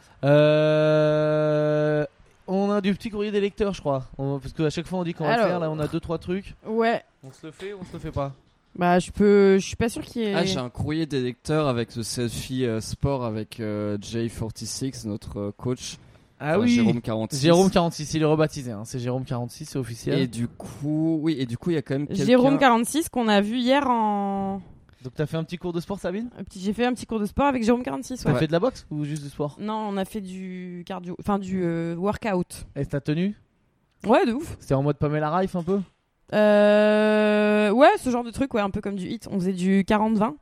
[SPEAKER 1] Euh, On a du petit courrier des lecteurs, je crois. On- Parce qu'à chaque fois, on dit qu'on va le
[SPEAKER 2] Alors.
[SPEAKER 1] faire. Là, on a deux, trois trucs.
[SPEAKER 2] Ouais,
[SPEAKER 1] On se le fait ou on se le fait pas
[SPEAKER 2] bah je peux. Je suis pas sûr qu'il y ait.
[SPEAKER 3] Ah, j'ai un courrier des lecteurs avec le selfie euh, sport avec euh, J46, notre euh, coach.
[SPEAKER 1] Ah
[SPEAKER 3] Enfin,
[SPEAKER 1] oui
[SPEAKER 3] Jérôme 46.
[SPEAKER 1] Jérôme hein. 46, il est rebaptisé. hein. C'est Jérôme 46, c'est officiel.
[SPEAKER 3] Et du coup, oui, et du coup, il y a quand même quelqu'un.
[SPEAKER 2] Jérôme 46 qu'on a vu hier en.
[SPEAKER 1] Donc, t'as fait un petit cours de sport, Sabine
[SPEAKER 2] un petit- J'ai fait un petit cours de sport avec Jérôme 46.
[SPEAKER 1] T'as
[SPEAKER 2] Ouais.
[SPEAKER 1] fait de la boxe ou juste du sport
[SPEAKER 2] Non, on a fait du cardio, enfin du euh, workout.
[SPEAKER 1] Et ta tenue
[SPEAKER 2] Ouais, de ouf.
[SPEAKER 1] C'était en mode Pamela Rife un peu
[SPEAKER 2] Euh, Ouais, ce genre de truc, ouais, un peu comme du hit. On faisait du 40-20.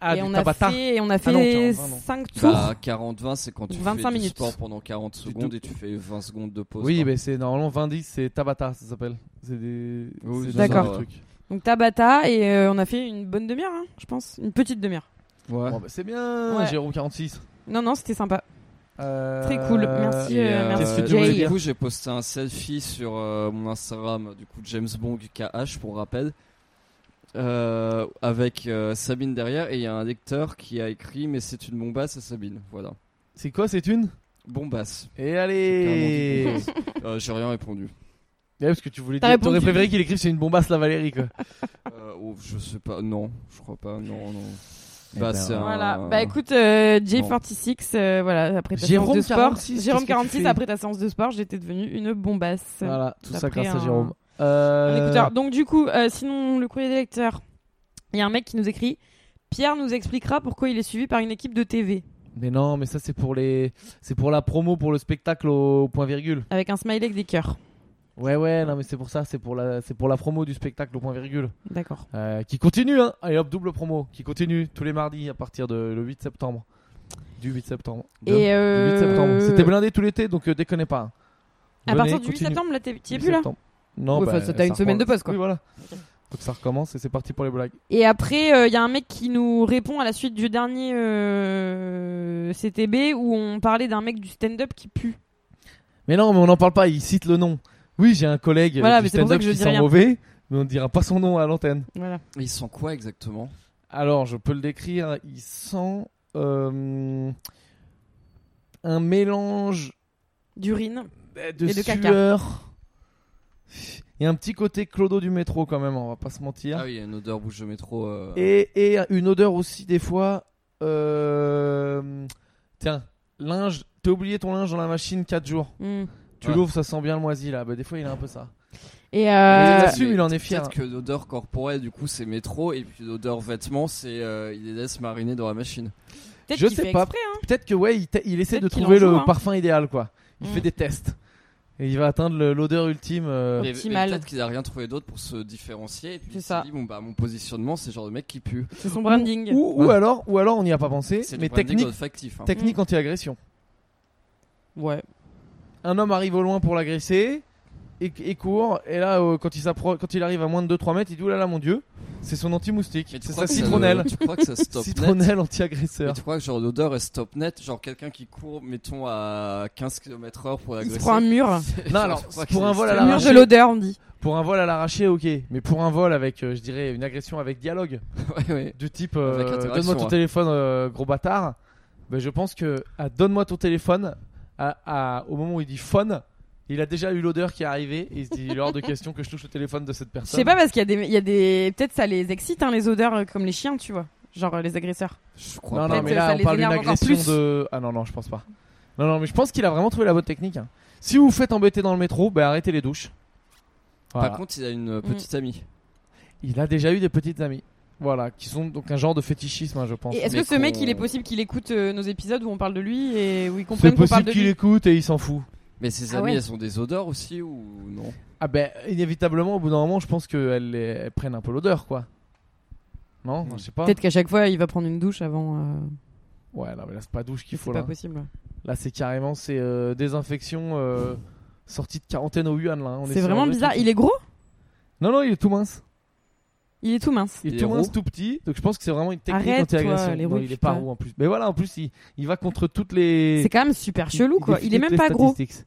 [SPEAKER 1] Ah,
[SPEAKER 2] et,
[SPEAKER 1] du
[SPEAKER 2] on a
[SPEAKER 1] tabata.
[SPEAKER 2] fait, et on
[SPEAKER 1] Ah
[SPEAKER 2] a
[SPEAKER 1] non,
[SPEAKER 2] fait
[SPEAKER 1] 40-20, non.
[SPEAKER 2] 5 tours.
[SPEAKER 3] Bah, 40-20, c'est quand tu
[SPEAKER 2] 25
[SPEAKER 3] fais du
[SPEAKER 2] minutes.
[SPEAKER 3] sport pendant 40 secondes
[SPEAKER 1] tout.
[SPEAKER 3] et tu fais 20 secondes de pause.
[SPEAKER 1] Oui,
[SPEAKER 3] quoi.
[SPEAKER 1] mais c'est normalement 20-10, c'est tabata, ça s'appelle. C'est des.
[SPEAKER 3] Oui,
[SPEAKER 1] c'est
[SPEAKER 3] c'est
[SPEAKER 2] D'accord.
[SPEAKER 1] ce genre de
[SPEAKER 3] ça, ouais.
[SPEAKER 1] truc.
[SPEAKER 2] Donc Tabata et euh, on a fait une bonne demi-heure, hein, je pense, une petite demi-heure.
[SPEAKER 3] Ouais.
[SPEAKER 1] Bon, bah, c'est bien,
[SPEAKER 2] Ouais.
[SPEAKER 1] Jérôme 46.
[SPEAKER 2] Non non, c'était sympa.
[SPEAKER 1] Euh,
[SPEAKER 2] Très cool. Merci
[SPEAKER 3] Et,
[SPEAKER 2] euh,
[SPEAKER 3] euh,
[SPEAKER 1] qu'est-ce que
[SPEAKER 2] merci
[SPEAKER 1] tu voulais
[SPEAKER 2] Jay.
[SPEAKER 1] dire
[SPEAKER 3] Du coup, j'ai posté un selfie sur euh, mon Instagram, du coup, James Bong KH pour rappel. euh, avec euh, Sabine derrière et il y a un lecteur qui a écrit mais c'est une bombasse à Sabine. Voilà.
[SPEAKER 1] C'est quoi, c'est une
[SPEAKER 3] Bombasse.
[SPEAKER 1] Et allez
[SPEAKER 3] Carrément Euh, J'ai rien répondu.
[SPEAKER 1] Ouais, Parce que tu voulais
[SPEAKER 2] T'as
[SPEAKER 1] dire, t'aurais
[SPEAKER 2] répondu. Ah,
[SPEAKER 1] préféré qu'il écrive c'est une bombasse la Valérie quoi.
[SPEAKER 3] Euh, oh, je sais pas. Non, je crois pas. Non, non.
[SPEAKER 1] Eh ben,
[SPEAKER 3] Bah, c'est un-
[SPEAKER 2] Voilà. Bah écoute, euh, J46, euh, voilà, après ta
[SPEAKER 1] Jérôme
[SPEAKER 2] séance de sport.
[SPEAKER 1] 46, qu'est-ce
[SPEAKER 2] Jérôme
[SPEAKER 1] que tu
[SPEAKER 2] 46,
[SPEAKER 1] fais
[SPEAKER 2] après ta séance de sport, j'étais devenue une bombasse.
[SPEAKER 1] Voilà, tout ça
[SPEAKER 2] D'après
[SPEAKER 1] grâce à
[SPEAKER 2] un-
[SPEAKER 1] Jérôme.
[SPEAKER 2] Un
[SPEAKER 1] Euh,
[SPEAKER 2] écouteur. Donc du coup, euh, sinon le courrier des lecteurs, il y a un mec qui nous écrit. Pierre nous expliquera pourquoi il est suivi par une équipe de TV
[SPEAKER 1] Mais non, mais ça c'est pour les, c'est pour la promo pour le spectacle au point virgule.
[SPEAKER 2] avec un smiley avec des cœurs.
[SPEAKER 1] Ouais ouais, non mais c'est pour ça, c'est pour la, c'est pour la promo du spectacle au point virgule
[SPEAKER 2] D'accord.
[SPEAKER 1] Euh, qui continue hein. Allez hop double promo qui continue tous les mardis à partir de le 8 septembre. Du 8 septembre.
[SPEAKER 2] Et
[SPEAKER 3] De-
[SPEAKER 1] Du 8
[SPEAKER 2] euh,
[SPEAKER 1] septembre. C'était blindé tout l'été donc euh, déconnez pas. hein.
[SPEAKER 2] À
[SPEAKER 1] Venez,
[SPEAKER 2] partir du 8
[SPEAKER 1] continue.
[SPEAKER 2] septembre, là, t'es- t'y es
[SPEAKER 1] 8
[SPEAKER 2] plus là.
[SPEAKER 1] septembre. Non,
[SPEAKER 2] Ouais,
[SPEAKER 1] bah,
[SPEAKER 2] enfin, ça, t'as une
[SPEAKER 1] reprend-
[SPEAKER 2] semaine de pause, quoi.
[SPEAKER 1] Oui, voilà. Donc ça recommence et c'est parti pour les blagues.
[SPEAKER 2] Et après, il y a un mec qui nous répond à la suite du dernier euh, CTB où on parlait d'un mec du stand-up qui pue.
[SPEAKER 1] Mais non, mais on n'en parle pas, il cite le nom. Oui, j'ai un collègue euh,
[SPEAKER 2] Voilà,
[SPEAKER 1] du
[SPEAKER 2] mais c'est pour ça
[SPEAKER 1] stand-up
[SPEAKER 2] que je
[SPEAKER 1] qui
[SPEAKER 2] dis
[SPEAKER 1] sent
[SPEAKER 2] rien.
[SPEAKER 1] mauvais, mais on ne dira pas son nom à l'antenne.
[SPEAKER 2] Voilà.
[SPEAKER 3] Ils sont quoi exactement
[SPEAKER 1] Alors, je peux le décrire, hein. il sent euh, un mélange
[SPEAKER 2] D'urine.
[SPEAKER 1] euh, de,
[SPEAKER 2] Et de caca.
[SPEAKER 1] sueur. Il y a un petit côté clodo du métro quand même, on va pas se mentir.
[SPEAKER 3] Ah oui, il y a une odeur bouche de métro. euh,
[SPEAKER 1] et, et une odeur aussi des fois. euh, Tiens, linge, t'as oublié ton linge dans la machine 4 jours.
[SPEAKER 2] Mm.
[SPEAKER 1] Tu
[SPEAKER 3] Ouais.
[SPEAKER 1] l'ouvres, ça sent bien le moisi là. Bah, des fois, il a un peu ça.
[SPEAKER 2] Et
[SPEAKER 1] Mais
[SPEAKER 2] euh,
[SPEAKER 1] il assume, il en est fier.
[SPEAKER 3] Ah, Peut-être que l'odeur corporelle, du coup, c'est métro, et puis l'odeur vêtements, c'est euh, il les laisse mariner dans la machine.
[SPEAKER 2] peut-être
[SPEAKER 1] je
[SPEAKER 2] qu'il
[SPEAKER 1] sais
[SPEAKER 2] fait
[SPEAKER 1] pas.
[SPEAKER 2] exprès, hein.
[SPEAKER 1] Peut-être que ouais, il, t- il essaie de
[SPEAKER 2] Peut-être qu'il
[SPEAKER 1] trouver
[SPEAKER 2] en joue,
[SPEAKER 1] le
[SPEAKER 2] hein.
[SPEAKER 1] parfum idéal quoi. Il
[SPEAKER 2] Mm.
[SPEAKER 1] fait des tests et il va atteindre le- l'odeur ultime. euh,
[SPEAKER 3] Mais- mais
[SPEAKER 2] Optimal.
[SPEAKER 3] Peut-être qu'il a rien trouvé d'autre pour se différencier. Et puis
[SPEAKER 2] C'est
[SPEAKER 3] il s'est
[SPEAKER 2] ça.
[SPEAKER 3] dit, bon, bah, mon positionnement, c'est le genre de mec qui pue.
[SPEAKER 2] hein. C'est son branding.
[SPEAKER 1] Ou, ou
[SPEAKER 3] Ouais.
[SPEAKER 1] alors, ou alors on n'y a pas pensé.
[SPEAKER 3] C'est
[SPEAKER 1] Mais
[SPEAKER 3] du
[SPEAKER 1] technique,
[SPEAKER 3] technique factif. hein.
[SPEAKER 2] Mm.
[SPEAKER 1] technique anti-agression.
[SPEAKER 2] Ouais.
[SPEAKER 1] Un homme arrive au loin pour l'agresser et, et court. Et là, euh, quand il s'appro- quand il arrive à moins de 2-3 mètres, il dit oulala mon dieu, c'est son anti-moustique,
[SPEAKER 3] Mais tu
[SPEAKER 1] c'est
[SPEAKER 3] crois
[SPEAKER 1] sa
[SPEAKER 3] que ça, euh,
[SPEAKER 1] citronnelle,
[SPEAKER 3] tu crois que ça stop net
[SPEAKER 1] citronnelle
[SPEAKER 3] Mais
[SPEAKER 1] anti-agresseur.
[SPEAKER 3] tu crois que genre l'odeur est stop net Genre quelqu'un qui court, mettons, à 15 km heure pour
[SPEAKER 2] Il se
[SPEAKER 3] l'agresser.
[SPEAKER 2] prend un mur.
[SPEAKER 1] Non, alors,
[SPEAKER 3] Tu crois que
[SPEAKER 1] pour
[SPEAKER 3] c'est
[SPEAKER 1] un vol à
[SPEAKER 2] Le
[SPEAKER 1] la
[SPEAKER 2] mur
[SPEAKER 1] l'arraché.
[SPEAKER 2] de l'odeur, on dit.
[SPEAKER 1] Pour un vol à l'arraché, ok. Mais pour un vol avec, euh, je dirais, une agression avec dialogue.
[SPEAKER 3] Ouais, ouais.
[SPEAKER 1] du type euh,
[SPEAKER 3] Avec interaction,
[SPEAKER 1] donne-moi ton
[SPEAKER 2] hein.
[SPEAKER 3] ouais.
[SPEAKER 1] téléphone euh, gros bâtard ben, je pense que à donne-moi ton téléphone à, à- au moment où il dit phone il a déjà eu l'odeur qui est arrivée et il se dit il est hors de question que je touche le téléphone de cette
[SPEAKER 2] Je
[SPEAKER 1] personne
[SPEAKER 2] sais pas parce qu'il y a des, il y a des, peut-être ça les excite, hein, les odeurs euh, comme les chiens, tu vois. Genre euh, les agresseurs.
[SPEAKER 3] Je
[SPEAKER 1] non
[SPEAKER 3] crois
[SPEAKER 1] non
[SPEAKER 3] pas.
[SPEAKER 2] Peut-être
[SPEAKER 1] mais
[SPEAKER 2] ça
[SPEAKER 1] là on
[SPEAKER 2] les
[SPEAKER 1] parle d'une
[SPEAKER 2] énerve encore
[SPEAKER 1] agression
[SPEAKER 2] plus.
[SPEAKER 1] de ah non non je pense pas non non mais je pense qu'il a vraiment trouvé la bonne technique hein. si vous vous faites embêter dans le métro ben arrêtez les douches Voilà.
[SPEAKER 3] Par contre, il a une
[SPEAKER 2] Mm.
[SPEAKER 3] petite amie.
[SPEAKER 1] il a déjà eu des petites amies voilà qui sont donc un genre de fétichisme hein, je pense
[SPEAKER 2] Et est-ce
[SPEAKER 3] mais
[SPEAKER 2] que ce mec,
[SPEAKER 3] qu'on-
[SPEAKER 2] il est possible qu'il écoute euh, nos épisodes où on parle de lui et où il
[SPEAKER 1] c'est
[SPEAKER 2] comprenne qu'on parle
[SPEAKER 1] possible
[SPEAKER 2] de
[SPEAKER 1] qu'il
[SPEAKER 2] lui
[SPEAKER 1] écoute et il s'en fout
[SPEAKER 3] Mais ses
[SPEAKER 2] Ah
[SPEAKER 3] amies,
[SPEAKER 2] ouais.
[SPEAKER 3] elles sont des odeurs aussi ou non
[SPEAKER 1] Ah ben inévitablement au bout d'un moment je pense qu'elles elles prennent un peu l'odeur quoi. Non,
[SPEAKER 3] Hmm.
[SPEAKER 1] je sais pas.
[SPEAKER 2] Peut-être qu'à chaque fois, il va prendre une douche avant. euh,
[SPEAKER 1] Ouais, non mais là c'est pas douche qu'il
[SPEAKER 2] C'est
[SPEAKER 1] faut
[SPEAKER 2] pas
[SPEAKER 1] là.
[SPEAKER 2] possible.
[SPEAKER 1] Là c'est carrément c'est euh, désinfection euh, sortie de quarantaine au yuan là. hein. On est
[SPEAKER 2] C'est
[SPEAKER 1] sur un
[SPEAKER 2] vraiment
[SPEAKER 1] vrai
[SPEAKER 2] bizarre.
[SPEAKER 1] truc.
[SPEAKER 2] Il est gros
[SPEAKER 1] Non non, il est tout mince.
[SPEAKER 2] Il est tout mince.
[SPEAKER 1] Il est
[SPEAKER 3] Il est
[SPEAKER 1] tout mince,
[SPEAKER 3] roux
[SPEAKER 1] tout petit. Donc je pense que c'est vraiment une technique
[SPEAKER 2] Arrête,
[SPEAKER 1] anti-agression.
[SPEAKER 2] toi, les
[SPEAKER 1] Non,
[SPEAKER 2] roux,
[SPEAKER 1] il est pas
[SPEAKER 2] putain.
[SPEAKER 1] roux en plus. Mais voilà, en plus il, il va contre toutes les
[SPEAKER 2] C'est quand même super chelou, quoi.
[SPEAKER 1] défie
[SPEAKER 2] Il est même
[SPEAKER 1] toutes
[SPEAKER 2] pas
[SPEAKER 1] les
[SPEAKER 2] gros.
[SPEAKER 1] statistiques.
[SPEAKER 2] Parce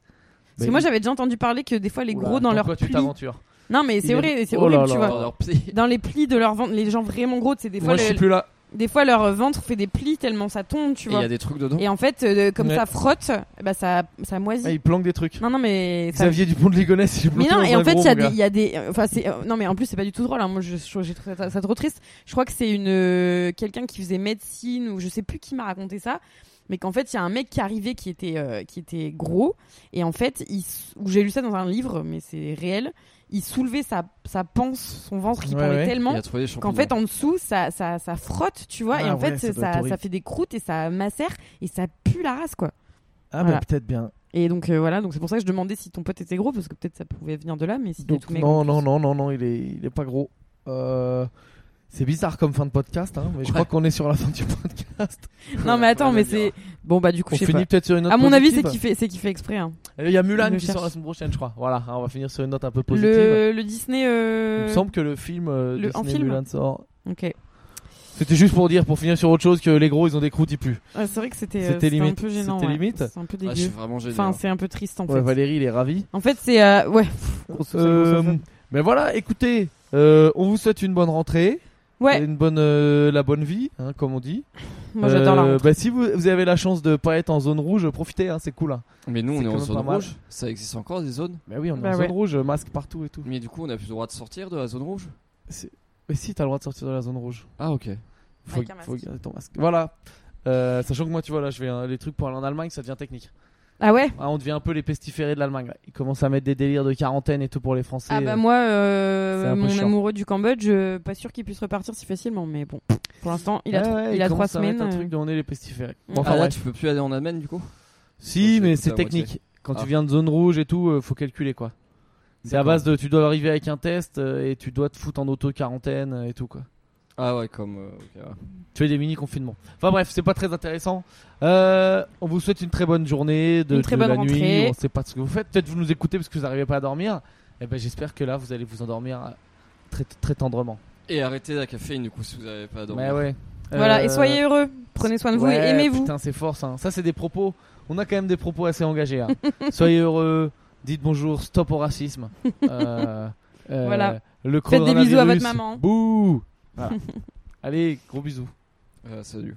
[SPEAKER 1] Mais
[SPEAKER 2] que moi,
[SPEAKER 1] il-
[SPEAKER 2] j'avais déjà entendu parler que des fois, les
[SPEAKER 1] Oula,
[SPEAKER 2] gros dans leur
[SPEAKER 1] quoi, tu
[SPEAKER 2] plis.
[SPEAKER 1] t'aventures.
[SPEAKER 2] Non,
[SPEAKER 1] Il
[SPEAKER 2] mais
[SPEAKER 1] est-
[SPEAKER 2] c'est vrai, c'est
[SPEAKER 1] Oh là là.
[SPEAKER 2] horrible, tu
[SPEAKER 3] Dans
[SPEAKER 2] vois.
[SPEAKER 3] leur pied.
[SPEAKER 2] Dans les plis de leur ventre, les gens vraiment gros, c'est des fois,
[SPEAKER 1] Moi je suis
[SPEAKER 2] le-
[SPEAKER 1] plus là.
[SPEAKER 2] des fois leur ventre fait des plis tellement ça tombe, tu
[SPEAKER 3] Et il y
[SPEAKER 2] vois.
[SPEAKER 3] a des trucs dedans.
[SPEAKER 2] Et en fait, euh, comme
[SPEAKER 1] Ouais.
[SPEAKER 2] ça frotte, bah ça, ça moisit.
[SPEAKER 1] Ah, il planque des trucs.
[SPEAKER 2] Non, non, mais ça-
[SPEAKER 1] Xavier Dupont de Ligonnès, il est
[SPEAKER 2] Mais
[SPEAKER 1] planqué
[SPEAKER 2] non,
[SPEAKER 1] dans
[SPEAKER 2] et
[SPEAKER 1] un
[SPEAKER 2] en fait,
[SPEAKER 1] gros,
[SPEAKER 2] il y a
[SPEAKER 1] mon
[SPEAKER 2] des,
[SPEAKER 1] gars.
[SPEAKER 2] il y a des, euh, enfin, c'est, euh, non, mais en plus, c'est pas du tout drôle. hein. Moi, je, je- j'ai trouvé ça, ça trop triste. Je crois que c'est une, euh, quelqu'un qui faisait médecine ou je sais plus qui m'a raconté ça, mais qu'en fait, il y a un mec qui arrivait qui était, euh, qui était gros, et en fait, il, s- ou j'ai lu ça dans un livre, mais c'est réel. Il soulevait sa, sa panse, son ventre qui
[SPEAKER 1] Ouais,
[SPEAKER 2] pendait
[SPEAKER 1] ouais.
[SPEAKER 2] tellement
[SPEAKER 3] Il a trouvé des champignons.
[SPEAKER 2] qu'en fait en dessous ça, ça, ça frotte tu
[SPEAKER 1] hein.
[SPEAKER 2] vois
[SPEAKER 1] Ah
[SPEAKER 2] et en
[SPEAKER 1] ouais, ça
[SPEAKER 2] fait
[SPEAKER 1] doit être
[SPEAKER 2] ça, ça
[SPEAKER 1] horrible.
[SPEAKER 2] fait des croûtes et ça macère et ça pue la race quoi
[SPEAKER 1] Ah bah
[SPEAKER 2] Voilà.
[SPEAKER 1] peut-être bien.
[SPEAKER 2] et donc euh, voilà donc c'est pour ça que je demandais si ton pote était gros parce que peut-être ça pouvait venir de là mais si t'es
[SPEAKER 1] Donc
[SPEAKER 2] tout mec
[SPEAKER 1] non,
[SPEAKER 2] en plus.
[SPEAKER 1] non, non, non, non, il est, il est pas gros. Euh, c'est bizarre comme fin de podcast, hein, mais je
[SPEAKER 3] Ouais.
[SPEAKER 1] crois qu'on est sur la fin du podcast.
[SPEAKER 2] non mais attends mais c'est bon bah du coup
[SPEAKER 1] On
[SPEAKER 2] je sais pas
[SPEAKER 1] finit peut-être sur une note
[SPEAKER 2] à mon avis c'est
[SPEAKER 1] positive.
[SPEAKER 2] qu'il fait c'est qu'il fait exprès hein.
[SPEAKER 1] Il y a Mulan
[SPEAKER 2] Je le
[SPEAKER 1] qui sort la
[SPEAKER 2] cherche.
[SPEAKER 1] semaine prochaine, je crois. Voilà, hein, on va finir sur une note un peu positive.
[SPEAKER 2] le, le Disney
[SPEAKER 1] Il
[SPEAKER 2] euh...
[SPEAKER 1] me semble que le film euh,
[SPEAKER 2] le- en
[SPEAKER 1] Disney
[SPEAKER 2] film
[SPEAKER 1] Mulan sort.
[SPEAKER 2] ok
[SPEAKER 1] C'était juste pour dire, pour finir sur autre chose, que les gros ils ont des croûtes, ils puent.
[SPEAKER 2] Ah, c'est vrai que c'était euh,
[SPEAKER 1] C'était
[SPEAKER 2] un
[SPEAKER 1] limite.
[SPEAKER 2] peu gênant
[SPEAKER 1] C'était
[SPEAKER 2] ouais.
[SPEAKER 1] limite.
[SPEAKER 2] c'est un peu
[SPEAKER 3] Ah, je suis
[SPEAKER 2] dégueu
[SPEAKER 3] vraiment gêné.
[SPEAKER 2] enfin
[SPEAKER 3] hein.
[SPEAKER 2] c'est un peu triste en
[SPEAKER 1] Ouais,
[SPEAKER 2] fait
[SPEAKER 1] Valérie, il est ravi.
[SPEAKER 2] en fait c'est euh, ouais
[SPEAKER 1] Euh, Mais voilà, écoutez, euh, on vous souhaite une bonne rentrée, et
[SPEAKER 2] Ouais,
[SPEAKER 1] une bonne, euh, la bonne vie, hein, comme on dit.
[SPEAKER 2] moi j'adore la
[SPEAKER 1] Euh,
[SPEAKER 2] rentrée.
[SPEAKER 1] bah, si vous, vous avez la chance de pas être en zone rouge, profitez, hein, c'est cool. Hein.
[SPEAKER 3] Mais nous, on
[SPEAKER 1] C'est
[SPEAKER 3] est,
[SPEAKER 1] quand
[SPEAKER 3] en
[SPEAKER 1] même
[SPEAKER 3] zone
[SPEAKER 1] pas mal.
[SPEAKER 3] rouge. Ça existe encore des zones.
[SPEAKER 1] Bah oui, on est
[SPEAKER 2] Bah
[SPEAKER 1] en
[SPEAKER 2] ouais.
[SPEAKER 1] zone rouge, masque partout et tout.
[SPEAKER 3] Mais du coup, on a plus le droit de sortir de la zone rouge.
[SPEAKER 1] Mais si, t'as le droit de sortir de la zone rouge.
[SPEAKER 3] Ah, ok.
[SPEAKER 1] Faut,
[SPEAKER 2] Avec un
[SPEAKER 1] faut
[SPEAKER 2] masque.
[SPEAKER 1] garder ton masque. Voilà. Euh, sachant que moi, tu vois, là, je vais hein, les trucs pour aller en Allemagne, ça devient technique.
[SPEAKER 2] Ah ouais
[SPEAKER 1] Ah, on devient un peu les pestiférés de l'Allemagne. là. Ils commencent à mettre des délires de quarantaine et tout pour les Français.
[SPEAKER 2] Ah bah
[SPEAKER 1] euh.
[SPEAKER 2] moi,
[SPEAKER 1] c'est un
[SPEAKER 2] euh,
[SPEAKER 1] peu
[SPEAKER 2] mon
[SPEAKER 1] chiant.
[SPEAKER 2] amoureux du Cambodge, euh, pas sûr qu'il puisse repartir si facilement, mais bon, pour l'instant, il a,
[SPEAKER 1] Ouais,
[SPEAKER 2] tro-
[SPEAKER 1] ouais,
[SPEAKER 2] il
[SPEAKER 1] ils
[SPEAKER 2] a trois
[SPEAKER 1] commencent à mettre
[SPEAKER 2] semaines.
[SPEAKER 1] Un
[SPEAKER 2] euh,
[SPEAKER 1] truc de on est les pestiférés. Bon,
[SPEAKER 2] Mm.
[SPEAKER 1] enfin,
[SPEAKER 3] ah, là,
[SPEAKER 1] bref.
[SPEAKER 3] tu peux plus aller en Allemagne du coup
[SPEAKER 1] Si,
[SPEAKER 3] Ok,
[SPEAKER 1] mais
[SPEAKER 3] écoute,
[SPEAKER 1] c'est
[SPEAKER 3] à moitié.
[SPEAKER 1] technique. Quand
[SPEAKER 3] Ah.
[SPEAKER 1] tu viens de zone rouge et tout, euh, faut calculer quoi. C'est à
[SPEAKER 3] D'accord.
[SPEAKER 1] base de tu dois arriver avec un test euh, et tu dois te foutre en auto-quarantaine euh, et tout quoi.
[SPEAKER 3] Ah, ouais, comme. euh, ok, ouais.
[SPEAKER 1] Tu fais des mini-confinements. Enfin bref, c'est pas très intéressant. Euh, on vous souhaite une très bonne journée, de,
[SPEAKER 2] Une très
[SPEAKER 1] de
[SPEAKER 2] bonne
[SPEAKER 1] la
[SPEAKER 2] rentrée.
[SPEAKER 1] nuit. On sait pas ce que vous faites. Peut-être vous nous écoutez parce que vous n'arrivez pas à dormir. Et ben j'espère que là vous allez vous endormir euh, très, très tendrement.
[SPEAKER 3] Et arrêtez la caféine du coup si vous n'avez pas dormi.
[SPEAKER 1] Ouais, ouais.
[SPEAKER 2] Voilà,
[SPEAKER 1] Euh,
[SPEAKER 2] et soyez heureux, prenez soin de vous
[SPEAKER 1] ouais,
[SPEAKER 2] et aimez-vous.
[SPEAKER 1] Putain, c'est fort ça. Ça, c'est des propos. On a quand même des propos assez engagés. hein. Soyez heureux, dites bonjour, stop au racisme. Euh, euh,
[SPEAKER 2] Voilà.
[SPEAKER 1] Le
[SPEAKER 2] Faites des bisous à votre
[SPEAKER 1] coronavirus.
[SPEAKER 2] maman.
[SPEAKER 1] Bouh Voilà. Allez, gros bisous.
[SPEAKER 3] Euh, salut.